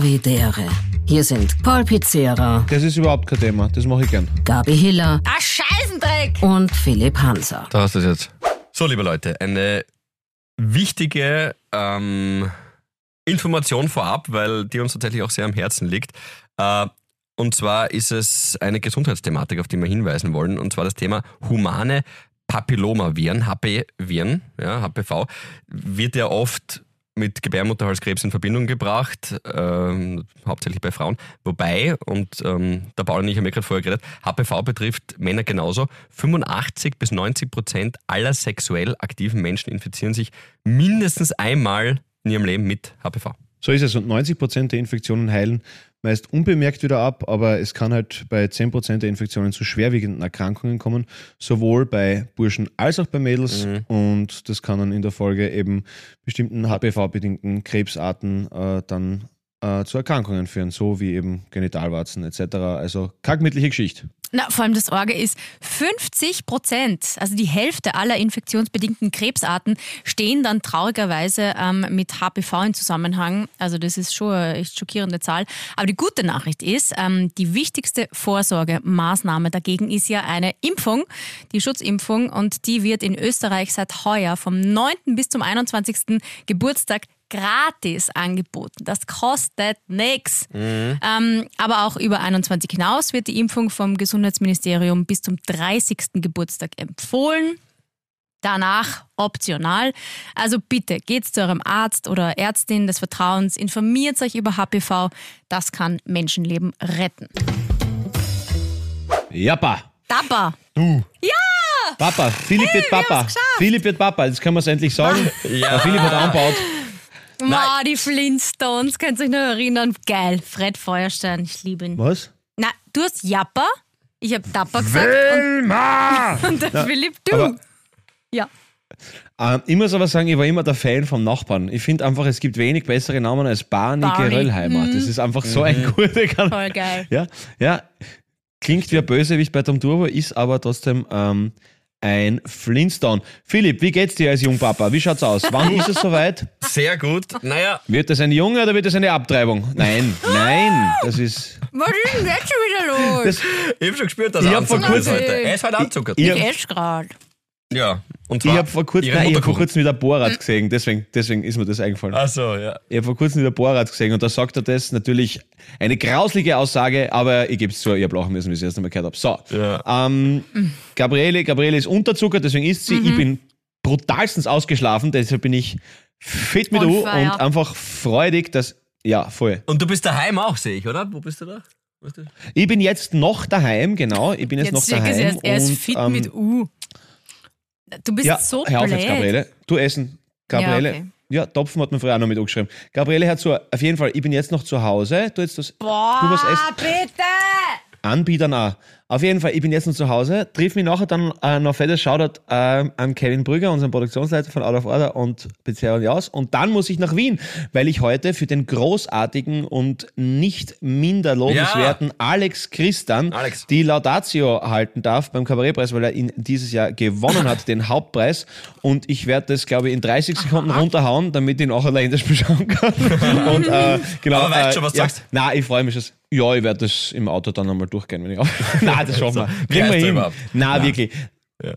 Davidere. Hier sind Paul Pizzera, Das ist überhaupt kein Thema, das mache ich gern. Gabi Hiller Ah, Scheißendreck! und Philipp Hanser. Da hast du es jetzt. So, liebe Leute, eine wichtige ähm, Information vorab, weil die uns tatsächlich auch sehr am Herzen liegt. Äh, und zwar ist es eine Gesundheitsthematik, auf die wir hinweisen wollen, und zwar das Thema humane Papillomaviren, HP-Viren, ja, HPV, wird ja oft mit Gebärmutterhalskrebs in Verbindung gebracht, ähm, hauptsächlich bei Frauen. Wobei, und ähm, der Paul und ich haben ja gerade vorher geredet, HPV betrifft Männer genauso. 85 bis 90 Prozent aller sexuell aktiven Menschen infizieren sich mindestens einmal in ihrem Leben mit HPV. So ist es. Und 90% der Infektionen heilen meist unbemerkt wieder ab, aber es kann halt bei 10% der Infektionen zu schwerwiegenden Erkrankungen kommen, sowohl bei Burschen als auch bei Mädels. Und das kann dann in der Folge eben bestimmten HPV-bedingten Krebsarten äh, dann äh, zu Erkrankungen führen, so wie eben Genitalwarzen etc. Also kackmittliche Geschichte. Na, vor allem das Orge ist 50 Prozent, also die Hälfte aller infektionsbedingten Krebsarten stehen dann traurigerweise ähm, mit HPV in Zusammenhang. Also das ist schon eine echt schockierende Zahl. Aber die gute Nachricht ist, ähm, die wichtigste Vorsorgemaßnahme dagegen ist ja eine Impfung, die Schutzimpfung. Und die wird in Österreich seit heuer vom 9. bis zum 21. Geburtstag gratis angeboten. Das kostet nichts. Ähm, aber auch über 21 hinaus wird die Impfung vom Gesundheitsministerium bis zum 30. Geburtstag empfohlen. Danach optional. Also bitte geht's zu eurem Arzt oder Ärztin des Vertrauens, informiert euch über HPV. Das kann Menschenleben retten. Jappa! Dabba! Du. Ja! Papa, Philipp wird Papa. Philipp wird Papa, das können wir es endlich sagen. Ja. Der Philipp hat angebaut. Wow, die Flintstones, könnt ihr euch noch erinnern? Geil, Fred Feuerstein, ich liebe ihn. Was? Na, du hast Jappa, ich habe Dappa gesagt Wilma! und, und der Philipp, du. aber- ja. Ähm, ich muss aber sagen, ich war immer der Fan vom Nachbarn. Ich finde einfach, es gibt wenig bessere Namen als Barney, Barney, Geröllheimer. Das ist einfach so ein guter Kanal. Voll geil. Ja, ja. Klingt wie ein Bösewicht bei Tom Turbo, ist aber trotzdem ähm, ein Flintstone. Philipp, wie geht's dir als Jungpapa? Wie schaut's aus? Wann ist es soweit? Sehr gut. Naja, Wird das ein Junge oder wird das eine Abtreibung? Nein, nein, das ist. Was ist denn jetzt schon wieder los? Das, ich habe schon gespürt, dass Ich er hab vor anzuckert ist kurzem- heute. Er ist heute anzuckert. ich ich hab- esse gerade. Ja. Und ich zwar habe vor, kurz, ihren nein, ich hab vor Mutterkuchen. kurzem wieder Borat gesehen, deswegen, deswegen ist mir das eingefallen. Ach so, ja. Ich habe vor kurzem wieder Borat gesehen und da sagt er das natürlich eine grausliche Aussage, aber ich gebe es zu, ich habe lachen müssen, wie ich es erst einmal gehört habe. So, Ja. ähm, Gabriele, Gabriele ist unterzuckert, deswegen isst sie. Mhm. Ich bin brutalstens ausgeschlafen, deshalb bin ich fit mit On du und fire. einfach freudig, dass. Ja, voll. Und du bist daheim auch, sehe ich, oder? Wo bist du da? Wo bist du? Ich bin jetzt noch daheim, genau. Ich bin jetzt, noch check ich's daheim. erst, er ist und, fit ähm, mit U. Du bist ja, so hör auf blöd. jetzt, Gabriele. Du essen. Gabriele. Ja, Ja, okay. Topfen hat man früher auch noch mit angeschrieben. Gabriele, hör zu, auf jeden Fall, ich bin jetzt noch zu Hause. Du jetzt das. du was essen. Boah, bitte! Anbietern auch. Auf jeden Fall, ich bin jetzt noch zu Hause, triff mich nachher dann äh, noch fettes Shoutout äh, an Kevin Brügger, unseren Produktionsleiter von Out of Order und Pizzeria und Jaus. Und dann muss ich nach Wien, weil ich heute für den großartigen und nicht minder lobenswerten Alex Christian Alex. die Laudatio halten darf beim Kabarettpreis, weil er ihn dieses Jahr gewonnen hat, den Hauptpreis. Und ich werde das, glaube ich, in 30 Sekunden runterhauen, damit ich ihn auch allein das beschauen kann. und, äh, genau, Aber weißt äh, schon, was du ja, sagst? Nein, ich freue mich schon. Ja, ich werde das im Auto dann einmal durchgehen, wenn ich auf. Nein, das schaffen wir. Kriegen heißt wir er hin. Nein, überhaupt? wirklich.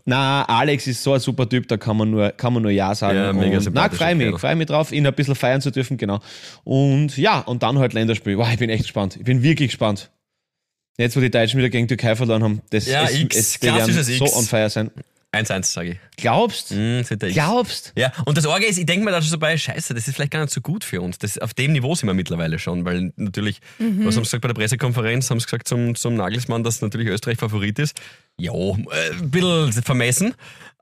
Na, Alex ist so ein super Typ, da kann man nur, kann man nur Ja sagen. Ja, mega und, na, sympathischer freue mich, Kerl. freue mich drauf, ihn ein bisschen feiern zu dürfen, genau. Und ja, und dann halt Länderspiel. Wow, ich bin echt gespannt. Ich bin wirklich gespannt. Jetzt, wo die Deutschen wieder gegen Türkei verloren haben, das Ja, ist, X, es, die werden klassisches so X. on fire sein. 1-1, sage ich. Glaubst? Hm, sind der X. Glaubst? Ja, und das Orge ist, ich denke mir da schon so bei, scheiße, das ist vielleicht gar nicht so gut für uns. Das, auf dem Niveau sind wir mittlerweile schon, weil natürlich, Mhm. was haben sie gesagt bei der Pressekonferenz, haben sie gesagt zum, zum Nagelsmann, dass natürlich Österreich Favorit ist. Ja, äh, ein bisschen vermessen,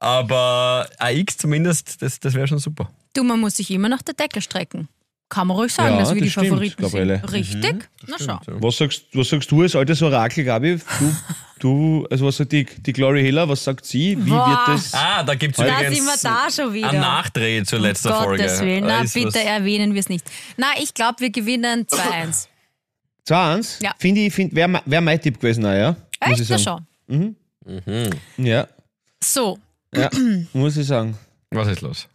aber AX zumindest, das, das wäre schon super. Du, man muss sich immer nach der Decke strecken. Kann man ruhig sagen, Ja, dass wir das die stimmt, Favoriten Gabriele. sind. Mhm, Richtig? Na schau. Was sagst, was sagst du als altes Orakel, Gabi? Du, du also was sagt die, die Glory Hiller, was sagt sie? Wie Boah. wird das? Ah, da gibt es Da sind wir da schon wieder. Um ein Nachdreh zur letzten Folge. Gottes Willen, Da na ist bitte was. erwähnen wir es nicht. Na, ich glaube, wir gewinnen 2-1. 2-1? Ja. Finde ich, find, wäre wär mein Tipp gewesen, auch, ja. Muss ich Echt? Na sagen. schau. Ja, So, ja. muss ich sagen. Was ist los?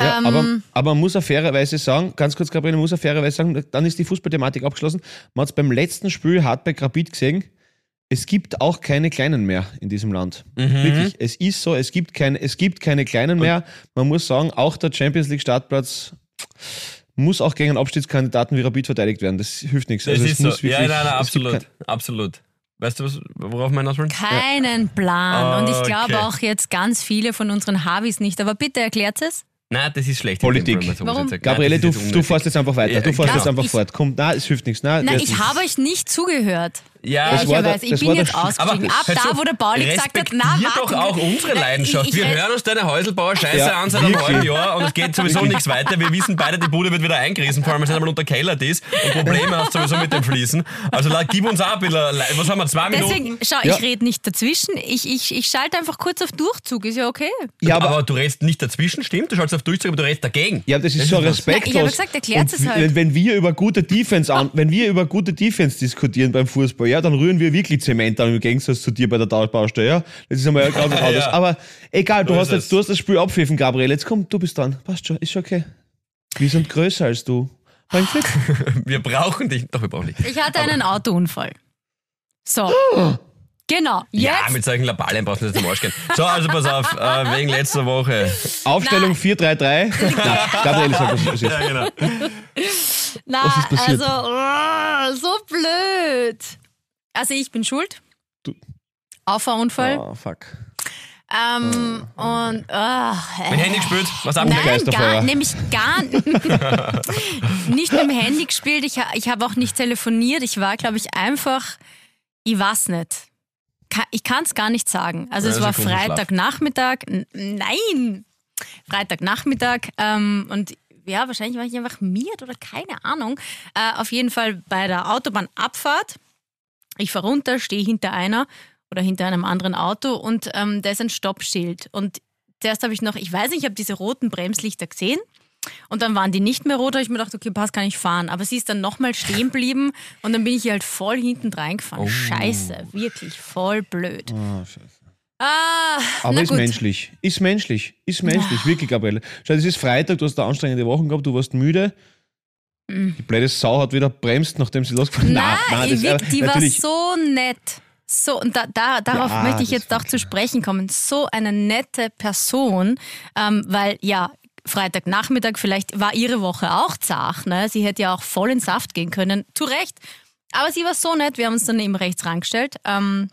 Ja, Ähm, aber, aber man muss auch fairerweise sagen, ganz kurz, Gabriele, man muss auch fairerweise sagen, dann ist die Fußballthematik abgeschlossen. Man hat es beim letzten Spiel Hardback Rapid gesehen. Es gibt auch keine Kleinen mehr in diesem Land. Mhm. Wirklich, es ist so, es gibt, kein, es gibt keine Kleinen mehr. Man muss sagen, auch der Champions League Startplatz muss auch gegen einen Abstiegskandidaten wie Rapid verteidigt werden. Das hilft nichts. Das Also es ist so. muss Ja, wirklich- nein, nein, es gibt absolut. Absolut. Weißt du, was, worauf mein Auswand? Keinen Plan. Und ich glaube Okay. auch jetzt ganz viele von unseren Harvis nicht. Aber bitte erklärt es. Nein, das ist schlecht. Politik. Warum? Kein, Gabriele, du, du fährst jetzt einfach weiter. Ja, du fährst genau. jetzt einfach Ich- fort. Komm, nein, es hilft nichts. Nein, Nein, das ich ist- habe euch nicht zugehört. Ja, Das war der- Ehrlicherweise, ich das bin war der jetzt Sch- ausgestiegen. Ab hör genau da, zu, wo der Pauli gesagt hat, na respektier warte. doch auch unsere Nein, Leidenschaft. ich- Wir ich- hören uns deine Häuselbauer Scheiße Ja, an seit einem wirklich. halben Jahr und es geht sowieso nichts weiter. Wir wissen beide, die Bude wird wieder eingerissen, vor allem wenn es einmal unterkellert ist und Probleme hast sowieso mit dem Fließen. Also la- gib uns auch ein bisschen, Le- was haben wir, zwei Minuten? Deswegen, schau, Ja. ich rede nicht dazwischen. Ich, ich, ich schalte einfach kurz auf Durchzug. Ist ja okay. Ja, aber, du redest nicht dazwischen, stimmt? Du schaltest auf Durchzug, aber du redest dagegen. Ja, das ist so was. respektlos. Na, ich habe gesagt, erklärt Und es halt. Wenn, wenn wir über gute Defense an, wenn wir über gute Defense diskutieren beim Fußball, ja, dann rühren wir wirklich Zement an im Gegensatz zu dir bei der Dau- Baustelle, ja. Das ist einmal ganz was anderes. Ja. Aber egal, du So hast ist es. jetzt, du hast das Spiel abpfiffen, Gabriel. Jetzt komm, du bist dran. Passt schon, ist schon okay. Wir sind größer als du. Mein Glück. Wir brauchen dich. Doch, wir brauchen dich. Ich hatte einen Autounfall. So. Genau. Jetzt. Ja, mit solchen Labalien brauchst du nicht zum Arsch gehen. So, also pass auf, äh, wegen letzter Woche. Aufstellung 4-3-3. Nein, Gabriel sagt, was passiert. Ja, genau. Na, Was ist passiert? also, oh, so blöd. Also, ich bin schuld. Du- Auffahrunfall. Oh, fuck. Ähm, und, oh, Mein Handy gespielt, was ab? Nein, Geisterfeuer. gar, nämlich gar nicht mit dem Handy gespielt. Ich, ha- ich habe auch nicht telefoniert. Ich war, glaube ich, einfach, ich weiß nicht. Ka- Ich kann es gar nicht sagen. Also Ja, es war Sekundenschlaf. Freitagnachmittag. N- Nein, Freitagnachmittag. Ähm, und ja, wahrscheinlich war ich einfach miert oder keine Ahnung. Äh, auf jeden Fall bei der Autobahnabfahrt. Ich fahre runter, stehe hinter einer oder hinter einem anderen Auto und ähm, da ist ein Stoppschild. Und zuerst habe ich noch, ich weiß nicht, ich habe diese roten Bremslichter gesehen und dann waren die nicht mehr rot, habe ich mir gedacht, okay, passt, kann ich fahren. Aber sie ist dann nochmal stehen geblieben und dann bin ich ihr halt voll hinten reingefahren. Scheiße, wirklich voll blöd. Oh, scheiße. Ah, Aber na ist gut. menschlich. Ist menschlich. Ist menschlich. Wirklich, Gabriele. Schau, das ist Freitag, du hast eine anstrengende Woche gehabt, du warst müde. Mhm. Die blöde Sau hat wieder bremst, nachdem sie losgefahren ist. Nein, das- wirklich, Ah, die war natürlich- so nett. So, und da, da, darauf Ja, möchte ich das jetzt auch zu sprechen kommen. So eine nette Person, ähm, weil ja, Freitagnachmittag, vielleicht war ihre Woche auch zach, ne? Sie hätte ja auch voll in Saft gehen können, zu Recht. Aber sie war so nett, wir haben uns dann eben rechts rangestellt. Ähm,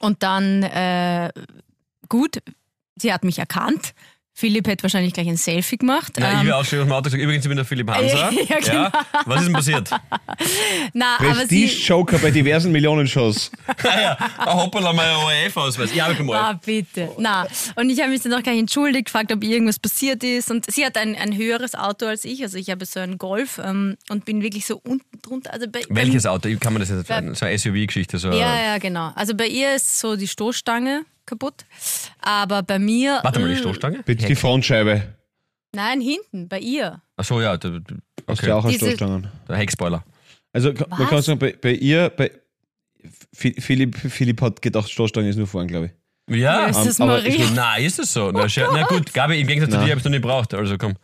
und dann, äh, gut, sie hat mich erkannt. Philipp hätte wahrscheinlich gleich ein Selfie gemacht. Nein, ich ähm, bin auch schon aus dem Auto gesagt. Übrigens, ich bin der Philipp Hanser. Ja, genau. Was ist denn passiert? na, aber sie, Prestige-Joker bei diversen Millionenshows. Ein Ah, Hoppala, mein ORF-Ausweis. Ja, hab ich Ah, mal. bitte. Na, und ich habe mich dann auch gleich entschuldigt, gefragt, ob irgendwas passiert ist. Und sie hat ein, ein höheres Auto als ich. Also ich habe so einen Golf ähm, und bin wirklich so unten drunter. Also bei, Welches Auto? Kann man das jetzt erzählen? So eine SUV-Geschichte. So. Beim, äh, ja, ja, genau. Also bei ihr ist so die Stoßstange kaputt. Aber bei mir. Warte mal, die mh, Stoßstange? Bitte die Frontscheibe. Nein, hinten, bei ihr. Achso, ja. Der, Hast du ja okay. auch einen Diese- Stoßstangen. der Heckspoiler. Also ka- man Was? kann sagen, bei, bei ihr, bei Fi- Philipp, Philipp hat gedacht, Stoßstange ist nur vorn, glaube ich. Ja. ist das aber Maria? Oh Nein, Ah, ist es so? Na, schau- na gut, Gabi, im Gegensatz zu dir habe ich noch nicht gebraucht. Also komm.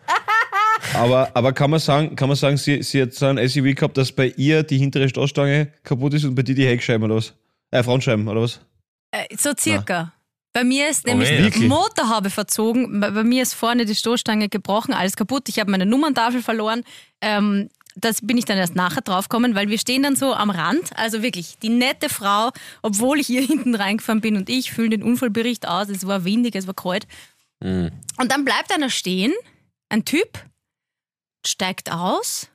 Aber, aber kann man sagen, kann man sagen sie, sie hat so ein SUV gehabt, dass bei ihr die hintere Stoßstange kaputt ist und bei dir die Heckscheiben oder was? Äh, Frontscheiben oder was? Äh, so circa. Bei mir ist nämlich weh. Wirklich? die Motorhaube verzogen. Bei bei mir ist vorne die Stoßstange gebrochen, alles kaputt. Ich habe meine Nummerntafel verloren. Ähm, das bin ich dann erst nachher draufgekommen, weil wir stehen dann so am Rand. Also wirklich, die nette Frau, obwohl ich hier hinten reingefahren bin und ich fülle den Unfallbericht aus. Es war windig, es war kalt. Und dann bleibt einer stehen, ein Typ, steigt aus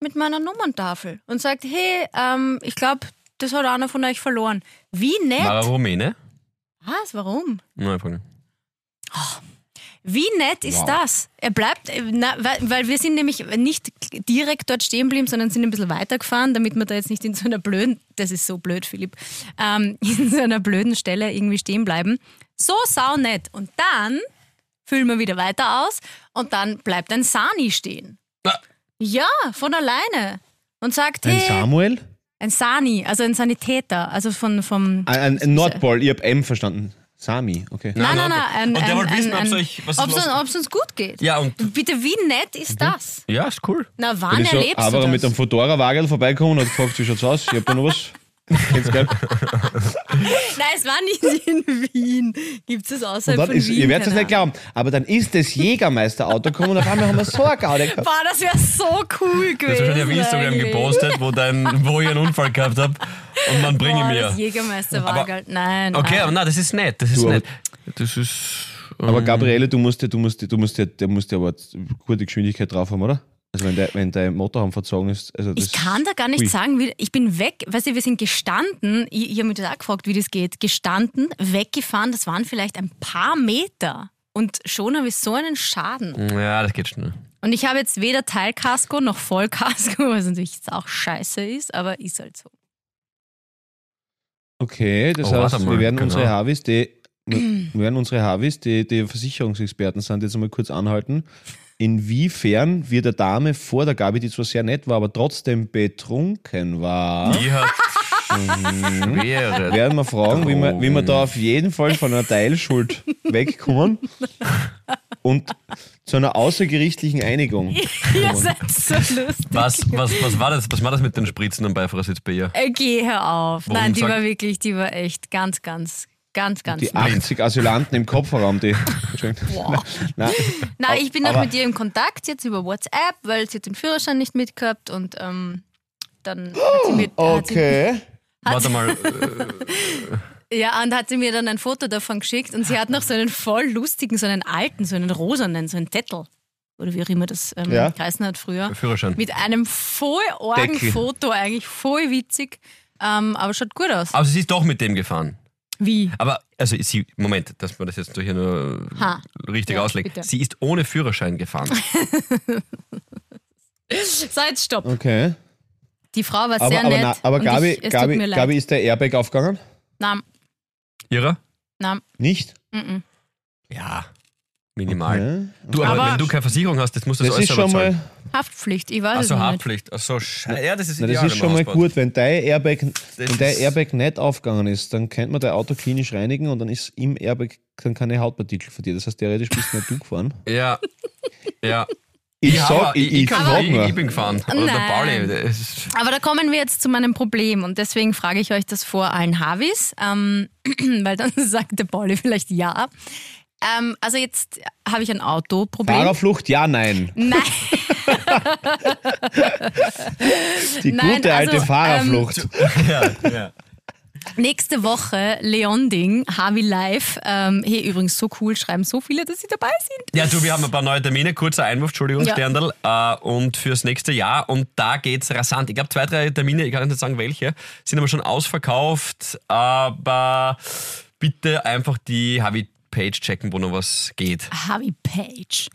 mit meiner Nummerntafel und sagt, hey, ähm, ich glaube, das hat einer von euch verloren. Wie nett. War er Rumäne? Was? Warum? Nein, ich frag nicht. Wie nett ist das? Er bleibt, äh, na, weil, weil wir sind nämlich nicht direkt dort stehen geblieben, sondern sind ein bisschen weitergefahren, damit wir da jetzt nicht in so einer blöden, das ist so blöd, Philipp, ähm, in so einer blöden Stelle irgendwie stehen bleiben. So saunett. Und dann füllen wir wieder weiter aus und dann bleibt ein Sani stehen. Na, Ja, von alleine. Und sagt, Ein hey, Samuel? ein Sani, also ein Sanitäter, also von, vom, Ein, ein, ein Nordpol, ich hab M verstanden. Sami, okay. Nein, Nein, nein, nein. nein. Ein, Und der ein, wollte wissen, ein, ob's ein- euch- was ist ob's los? uns- ob's uns gut geht. Ja, und Hm? Bitte, wie nett ist das? ja, ist cool. Na, wann Bin ich so erlebst aber du mit das? einem Fedora-Wagel vorbeigekommen und hat gefragt, wie schaut's aus? Ich hab da noch was. Kennst gell? Nein, es war nicht in Wien. Gibt es Und außerhalb dann von ist, Wien? ihr werdet es Keine nicht glauben, aber dann ist das Jägermeister-Auto gekommen und auf einmal haben wir so eine Gaude gehabt. Ahnung. Boah, das wäre so cool gewesen. Das habe ich auf Instagram eigentlich. gepostet, wo, dein, wo ich einen Unfall gehabt habe. Und man bringe Boah, mir. Das Jägermeister war Aber- geil. Nein. äh, Okay, nein. aber nein, das ist nett. Das ist Du, aber- nett. Das ist. Aber Gabriele, du musst ja, du musst, ja- du musst ja, der musst ja aber gute Geschwindigkeit drauf haben, oder? Also wenn dein wenn dein Motorhaum verzogen ist, also das Ich kann da gar nicht Ui. sagen, wie, ich bin weg, weißt du, wir sind gestanden, ich, ich habe mich da auch gefragt, wie das geht, gestanden, weggefahren, das waren vielleicht ein paar Meter und schon habe ich so einen Schaden. ähm, Ja, das geht schnell. Und ich habe jetzt weder Teilkasko noch Vollkasko, was natürlich jetzt auch scheiße ist, aber ist halt so. Okay, das Oh, warte heißt, wir mal, werden genau. unsere Harvis, die wir werden unsere Harvis, die, die Versicherungsexperten sind, jetzt einmal kurz anhalten, inwiefern wir der Dame vor der Gabi, die zwar sehr nett war, aber trotzdem betrunken war, Die hat schwere. werden wir fragen, wie wir, wie wir da auf jeden Fall von einer Teilschuld wegkommen und zu einer außergerichtlichen Einigung. Ihr seid so lustig. Was, was, was, war das, was war das mit den Spritzen am Beifahrersitz bei ihr? Äh, Geh, hör auf. Warum Nein, die sag- war wirklich, die war echt ganz, ganz, ganz, ganz Die nett. 80 Asylanten im Kofferraum, die. Entschuldigung. Nein, Na, ich bin aber- auch mit ihr im Kontakt jetzt über WhatsApp, weil sie hat den Führerschein nicht mitgehabt und ähm, dann hat sie mir, hat okay. Warte mal. äh, sie, ja, und hat sie mir dann ein Foto davon geschickt und sie hat noch so einen voll lustigen, so einen alten, so einen rosanen, so einen Tettel oder wie auch immer das ähm, Ja. geheißen hat früher. äh, Führerschein. Mit einem voll Deckel. Orgenfoto, eigentlich voll witzig, ähm, aber schaut gut aus. Aber sie ist doch mit dem gefahren. Wie? Aber, also, sie, Moment, dass man das jetzt hier nur äh, Ha. richtig Ja, auslegt. bitte. Sie ist ohne Führerschein gefahren. So, jetzt stopp. Okay. Die Frau war Aber, sehr aber, nett. na, aber und Gabi, ich, es tut mir Gabi, leid. Gabi ist der Airbag aufgegangen? Nein, Ihrer? nein, Nicht? mm, Ja, minimal. Ja. Du, aber, Aber- wenn du keine Versicherung hast, jetzt musst du Das, das Also alles ist selber schon mal, zahlen. na, mm. Haftpflicht, ich weiß es Achso, noch nicht. Haftpflicht. Achso, scheiße. Ja, das ist das ideal, ist wenn schon man mal ausbaut. gut. Wenn dein Airbag, wenn dein ist- Airbag nicht aufgegangen ist, dann könnte man dein Auto klinisch reinigen und dann ist im Airbag dann keine Hautpartikel von dir. Das heißt, theoretisch bist nicht du gefahren. Ja. Ja. Ich ja, sag, aber ich, ich, kann- sag ich, nur. ich bin gefahren. Oder der Nein. Pauli. das ist- Aber da kommen wir jetzt zu meinem Problem und deswegen frage ich euch das vor allen Havis, ähm, weil dann sagt der Pauli vielleicht ja. Ähm, also jetzt habe ich ein Autoproblem. Fahrerflucht, ja, nein. Nein, Die Nein, gute alte also, ähm, Fahrerflucht. Ja, ja. nächste Woche Leonding, Harvey Live. Ähm, hey, übrigens so cool, schreiben so viele, dass sie dabei sind. Ja, du, wir haben ein paar neue Termine. Kurzer Einwurf, Entschuldigung, Ja. Sterndl. Äh, und fürs nächste Jahr. Und da geht's rasant. Ich glaube, zwei, drei Termine, ich kann nicht sagen welche, sind aber schon ausverkauft. Aber bitte einfach die Havi-Page checken, wo noch was geht. Harvey Page.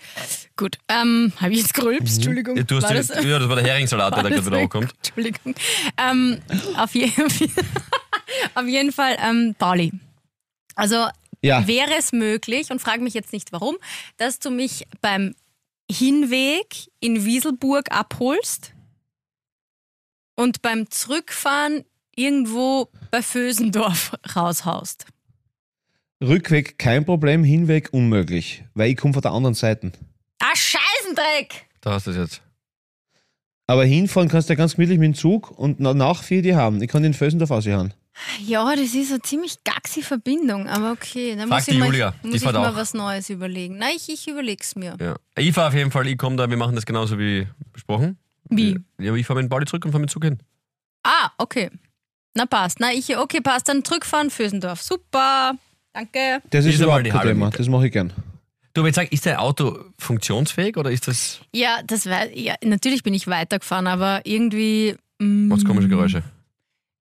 Gut, ähm, habe ich jetzt gerülpst? Entschuldigung. Mhm. Ja, Du hast war das, das, ja, das war der Heringssalat, der da gerade wieder hochkommt. Entschuldigung. Ähm, auf, je, auf jeden Fall, ähm, Pauli. Also Ja. wäre es möglich, und frage mich jetzt nicht warum, dass du mich beim Hinweg in Wieselburg abholst und beim Zurückfahren irgendwo bei Fösendorf raushaust. Rückweg kein Problem, Hinweg unmöglich. Weil ich komme von der anderen Seite. Ah, Scheißendreck! Da hast du es jetzt. Aber hinfahren kannst du ja ganz gemütlich mit dem Zug und na- nach vier die haben. Ich kann den Felsendorf aushauen. Ja, das ist eine ziemlich gaxi Verbindung, aber okay, dann Frag muss die ich, mal, Julia, die muss ich fährt mal auch. was Neues überlegen. Nein, ich, ich überleg's mir. Ja. Ich fahre auf jeden Fall, ich komme da, wir machen das genauso wie besprochen. Wie? Ja, aber ich fahre mit dem Pauli zurück und fahre mit dem Zug hin. Ah, okay. Na passt. Na, ich, okay, passt. Dann Drückfahren Fösendorf. Super. Danke. Das Ist ist einmal überhaupt die kein halbe Thema. Miete. Das mache ich gern. Du, aber jetzt sag, ist dein Auto funktionsfähig oder ist das. Ja, das war, ja, natürlich bin ich weitergefahren, aber irgendwie. mm, Macht's komische Geräusche?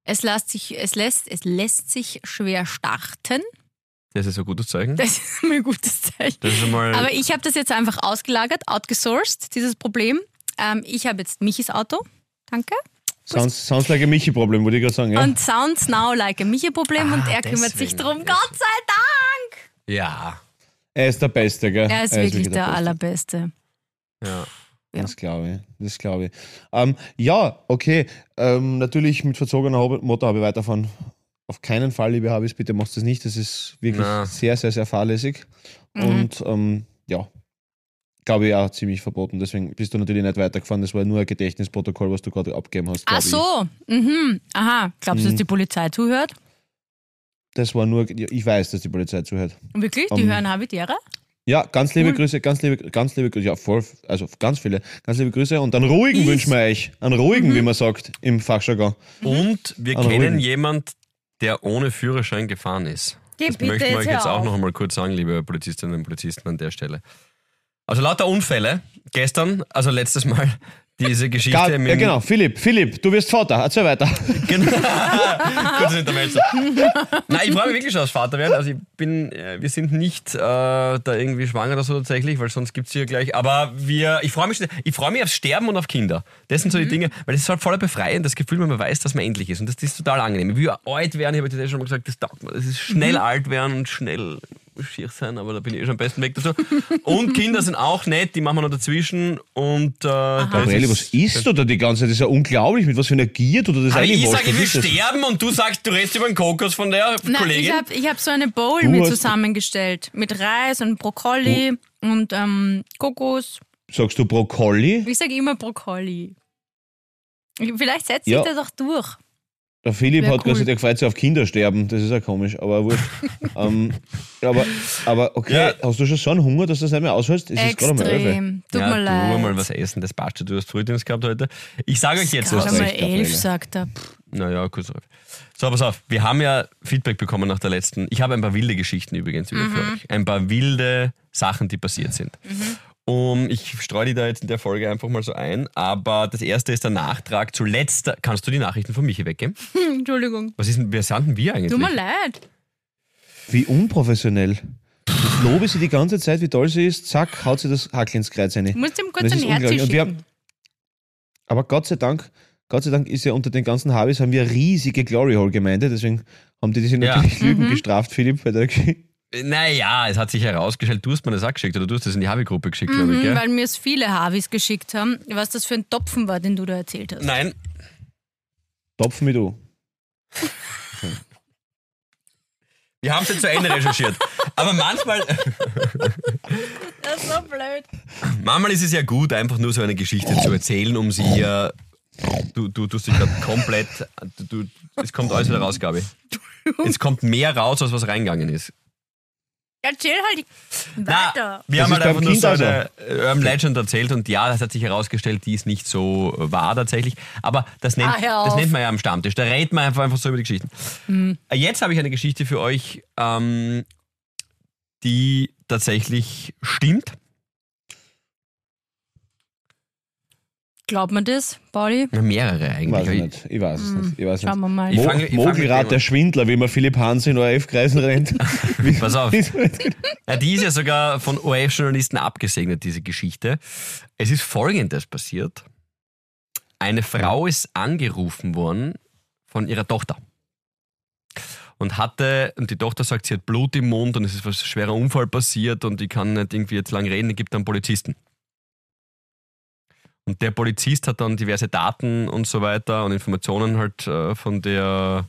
Es lässt sich, es lässt, es lässt sich schwer starten. Das ist ein gutes Zeichen. Das ist mir ein gutes Zeichen. Das ist einmal. Aber ich habe das jetzt einfach ausgelagert, outgesourced, dieses Problem. Ähm, ich habe jetzt Michis Auto. Danke. Sounds, sounds like a Michi-Problem, würde ich gerade sagen. Ja. Und sounds now like a Michi-Problem und Ah, er kümmert sich deswegen. drum. Gott sei Dank! ja. er ist der Beste, gell? Er ist wirklich der Allerbeste. Ja. Das glaube ich. Das glaube ich. Ähm, ja, okay. Ähm, natürlich mit verzogener Hob- Motorhaube weiterfahren. auf keinen Fall, liebe Habis, bitte macht das nicht. Das ist wirklich Na. sehr, sehr, sehr fahrlässig. Mhm. Und ähm, ja, glaube ich auch ziemlich verboten. Deswegen bist du natürlich nicht weitergefahren. Das war nur ein Gedächtnisprotokoll, was du gerade abgegeben hast. glaub Ach so, mhm. aha. Glaubst du, dass Mhm. die Polizei zuhört? Ich. Das war nur, ja, ich weiß, dass die Polizei zuhört. Wirklich? Die Ähm, hören Habitäre? Ja, ganz liebe Cool. Grüße, ganz liebe, ganz liebe Grüße, ja, voll, also ganz viele, ganz liebe Grüße und einen ruhigen Ich- wünschen wir euch. Einen ruhigen, Mhm. wie man sagt, im Fachjargon. Und wir Aber kennen ruhigen. jemand, der ohne Führerschein gefahren ist. Geh Das bitte möchten wir jetzt euch hör jetzt auch auf. noch einmal kurz sagen, liebe Polizistinnen und Polizisten an der Stelle. Also lauter Unfälle. Gestern, also letztes Mal, diese Geschichte Gab, mit ja, genau, Philipp, Philipp, du wirst Vater, erzähl weiter. Genau. Genau. Kurzes Intermezzo. Nein, ich freue mich wirklich schon aufs Vaterwerden. Also ich bin, äh, wir sind nicht äh, da irgendwie schwanger oder so tatsächlich, weil sonst gibt es hier gleich. Aber wir, ich freue mich, schon- ich freue mich aufs Sterben und auf Kinder. Das sind so die Dinge, weil das ist halt voller befreiend, das Gefühl, wenn man weiß, dass man endlich ist. Und das, ist total angenehm. Ich will alt werden, ich habe dir schon mal gesagt, das taugt mir. Das ist schnell alt werden und schnell schier sein, aber da bin ich eh schon am besten weg dazu. Und Kinder sind auch nett, die machen wir noch dazwischen. Und äh, das Gabriele, was isst du da die ganze Zeit? Das ist ja unglaublich, mit was für einer Gier du da Ah, das aber ich reinwurst. sage, ich Was will ist das? sterben und du sagst, du redest über den Kokos von der Nein, ich Kollegin. habe ich hab so eine Bowl Du mir hast- Oh. zusammengestellt. Mit Reis und Brokkoli und ähm, Kokos. Sagst du Brokkoli? Ich sage immer Brokkoli. Ich- Vielleicht setzt Ja. sich das auch durch. Der Philipp Wär hat cool. quasi der gefreut sich auf Kindersterben, das ist ja komisch, aber wurscht. ähm, aber, aber okay, Ja. hast du schon so einen Hunger, dass du das nicht mehr aushältst? Es ist gerade mal elf. Extrem. Tut ja, mir leid. Du mal was essen, das passt schon. Du hast Frühdienst gehabt heute. Ich sage euch jetzt Gerade was. mal recht, Gabriele. elf, sagt er. Pff, Naja, kurz auf. So, pass auf. Wir haben ja Feedback bekommen nach der letzten. Ich habe ein paar wilde Geschichten übrigens wieder Mhm. für euch. Ein paar wilde Sachen, die passiert sind. Um, ich streue die da jetzt in der Folge einfach mal so ein. Aber das erste ist der Nachtrag zu letzter. Kannst du die Nachrichten von Michi weggeben? Entschuldigung. Was ist denn, wer sanden wir eigentlich? Tut mir leid. Wie unprofessionell. Ich lobe sie die ganze Zeit, wie toll sie ist, zack, haut sie das Hackl ins Kreuz rein. Du musst ihm Das kurz ein ist unglaublich. Herz Und wir schicken. Aber Gott sei Dank, Gott sei Dank ist ja unter den ganzen Habis haben wir eine riesige Glory Hole Gemeinde, deswegen haben die diese Ja. natürlich Lügen gestraft, Philipp, bei der Äh, Naja, es hat sich herausgestellt, du hast mir das auch geschickt oder du hast das in die Habi-Gruppe geschickt, glaube ich. Mhm, Gell? weil mir es viele Harvis geschickt haben, was das für ein Topfen war, den du da erzählt hast. Nein, Topf mit O. wir haben es jetzt zu Ende recherchiert. Aber manchmal, Das ist so blöd. manchmal ist es ja gut, einfach nur so eine Geschichte zu erzählen, um sie hier. Du, du tust dich gerade komplett. Du, du, es kommt alles wieder raus, Gabi. Es kommt mehr raus, als was reingegangen ist. Erzähl halt Na, weiter. wir Das ist haben halt einfach beim nur so Kind also. eine Urban Legend erzählt und ja, das hat sich herausgestellt, die ist nicht so wahr tatsächlich. Aber das nennt, Ah, hör das auf. Hm. nennt man ja am Stammtisch. Da redet man einfach, einfach so über die Geschichten. Äh, Jetzt habe ich eine Geschichte für euch, ähm, die tatsächlich stimmt. Glaubt man das, Pauli? Na, Mehrere Ich weiß es eigentlich. nicht. Ich weiß es nicht. Ich weiß Schauen wir nicht. mal. Ich Mo fang- ich fang mit dem Mogelrad an. der Schwindler, wie man Philipp Hans in ORF-Kreisen rennt. Pass auf. Wie- Na, die ist ja sogar von ORF-Journalisten abgesegnet, diese Geschichte. Es ist Folgendes passiert. Eine Frau ist angerufen worden von ihrer Tochter. Und hatte, und die Tochter sagt, sie hat Blut im Mund und es ist was schwerer Unfall passiert und die kann nicht irgendwie jetzt lang reden, die gibt dann Polizisten. Und der Polizist hat dann diverse Daten und so weiter und Informationen halt äh, von der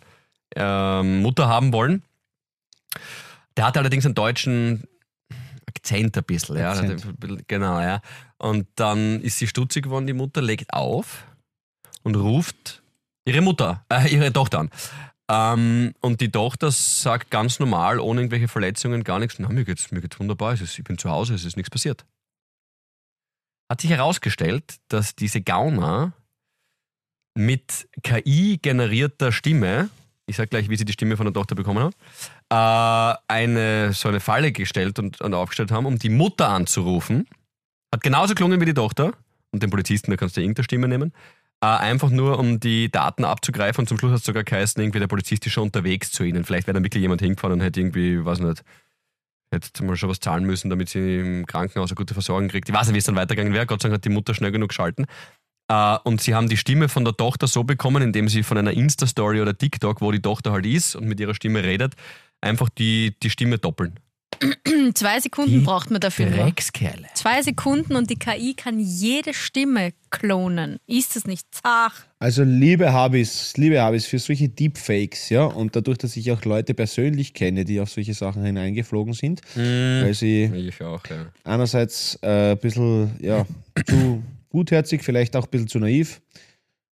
ähm, Mutter haben wollen. Der hatte allerdings einen deutschen Akzent ein bisschen, ja. Akzent. Ein bisschen- Genau, ja. Und dann ist sie stutzig geworden, die Mutter legt auf und ruft ihre Mutter, äh, ihre Tochter an. Ähm, und die Tochter sagt ganz normal, ohne irgendwelche Verletzungen, gar nichts, na, mir geht's, mir geht's wunderbar, es ist, ich bin zu Hause, es ist nichts passiert. Hat sich herausgestellt, dass diese Gauner mit KI-generierter Stimme, ich sag gleich, wie sie die Stimme von der Tochter bekommen hat, äh, eine, so eine Falle gestellt und, und aufgestellt haben, um die Mutter anzurufen. Hat genauso klungen wie die Tochter und den Polizisten, da kannst du irgendeine Stimme nehmen. Äh, einfach nur, um die Daten abzugreifen und zum Schluss hat es sogar geheißen, irgendwie der Polizist ist schon unterwegs zu ihnen. Vielleicht wäre dann wirklich jemand hingefahren und hätte irgendwie, weiß nicht, hätte mal schon was zahlen müssen, damit sie im Krankenhaus eine gute Versorgung kriegt. Ich weiß nicht, wie es dann weitergegangen wäre. Gott sei Dank hat die Mutter schnell genug geschalten. Äh, und sie haben die Stimme von der Tochter so bekommen, indem sie von einer Insta-Story oder TikTok, wo die Tochter halt ist und mit ihrer Stimme redet, einfach die, die Stimme doppeln. Hm, Zwei Sekunden braucht man dafür. nur. Dreckskerle. Zwei Sekunden und die KI kann jede Stimme klonen. Ist das nicht zach? Also liebe Habis, liebe Habis, für solche Deepfakes, ja, und dadurch, dass ich auch Leute persönlich kenne, die auf solche Sachen hineingeflogen sind, weil sie Mhm. Ich auch, ja. einerseits äh, ein bisschen ja, zu gutherzig, vielleicht auch ein bisschen zu naiv.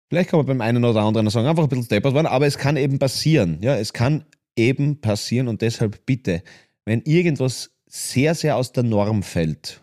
Vielleicht kann man beim einen oder anderen sagen, einfach ein bisschen deppert waren, aber es kann eben passieren. Ja, es kann eben passieren und deshalb bitte, wenn irgendwas sehr, sehr aus der Norm fällt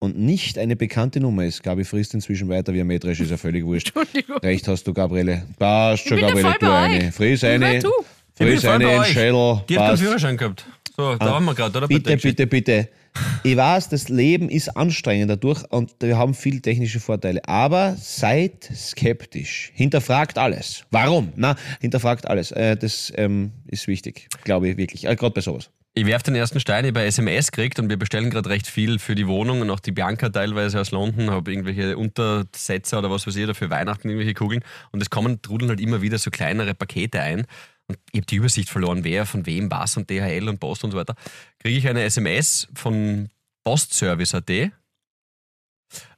und nicht eine bekannte Nummer ist, Gabi frisst inzwischen weiter, wie metrisch ist ja völlig wurscht. Entschuldigung. Recht hast du, Gabriele. Passt schon, bin da Gabriele, voll tu bei eine. euch. Friss Na, eine, du. Ich friss bin voll eine bei in den euch. Schädel. Die hat keinen passt. Führerschein gehabt. So, da waren wir gerade, oder? Bei Bitte, der Geschichte. bitte, bitte. Ich weiß, das Leben ist anstrengend dadurch und wir haben viele technische Vorteile. Aber seid skeptisch. Hinterfragt alles. Warum? Na, hinterfragt alles. Äh, das ähm, ist wichtig, glaube ich wirklich. Äh, Gerade bei sowas. Ich werfe den ersten Stein, ich bei SMS kriegt und wir bestellen gerade recht viel für die Wohnung und auch die Bianca teilweise aus London, habe irgendwelche Untersätze oder was weiß ich, oder für Weihnachten irgendwelche Kugeln und es kommen, trudeln halt immer wieder so kleinere Pakete ein und ich habe die Übersicht verloren, wer von wem was und DHL und Post und so weiter. Kriege ich eine SMS von Postservice.at, äh,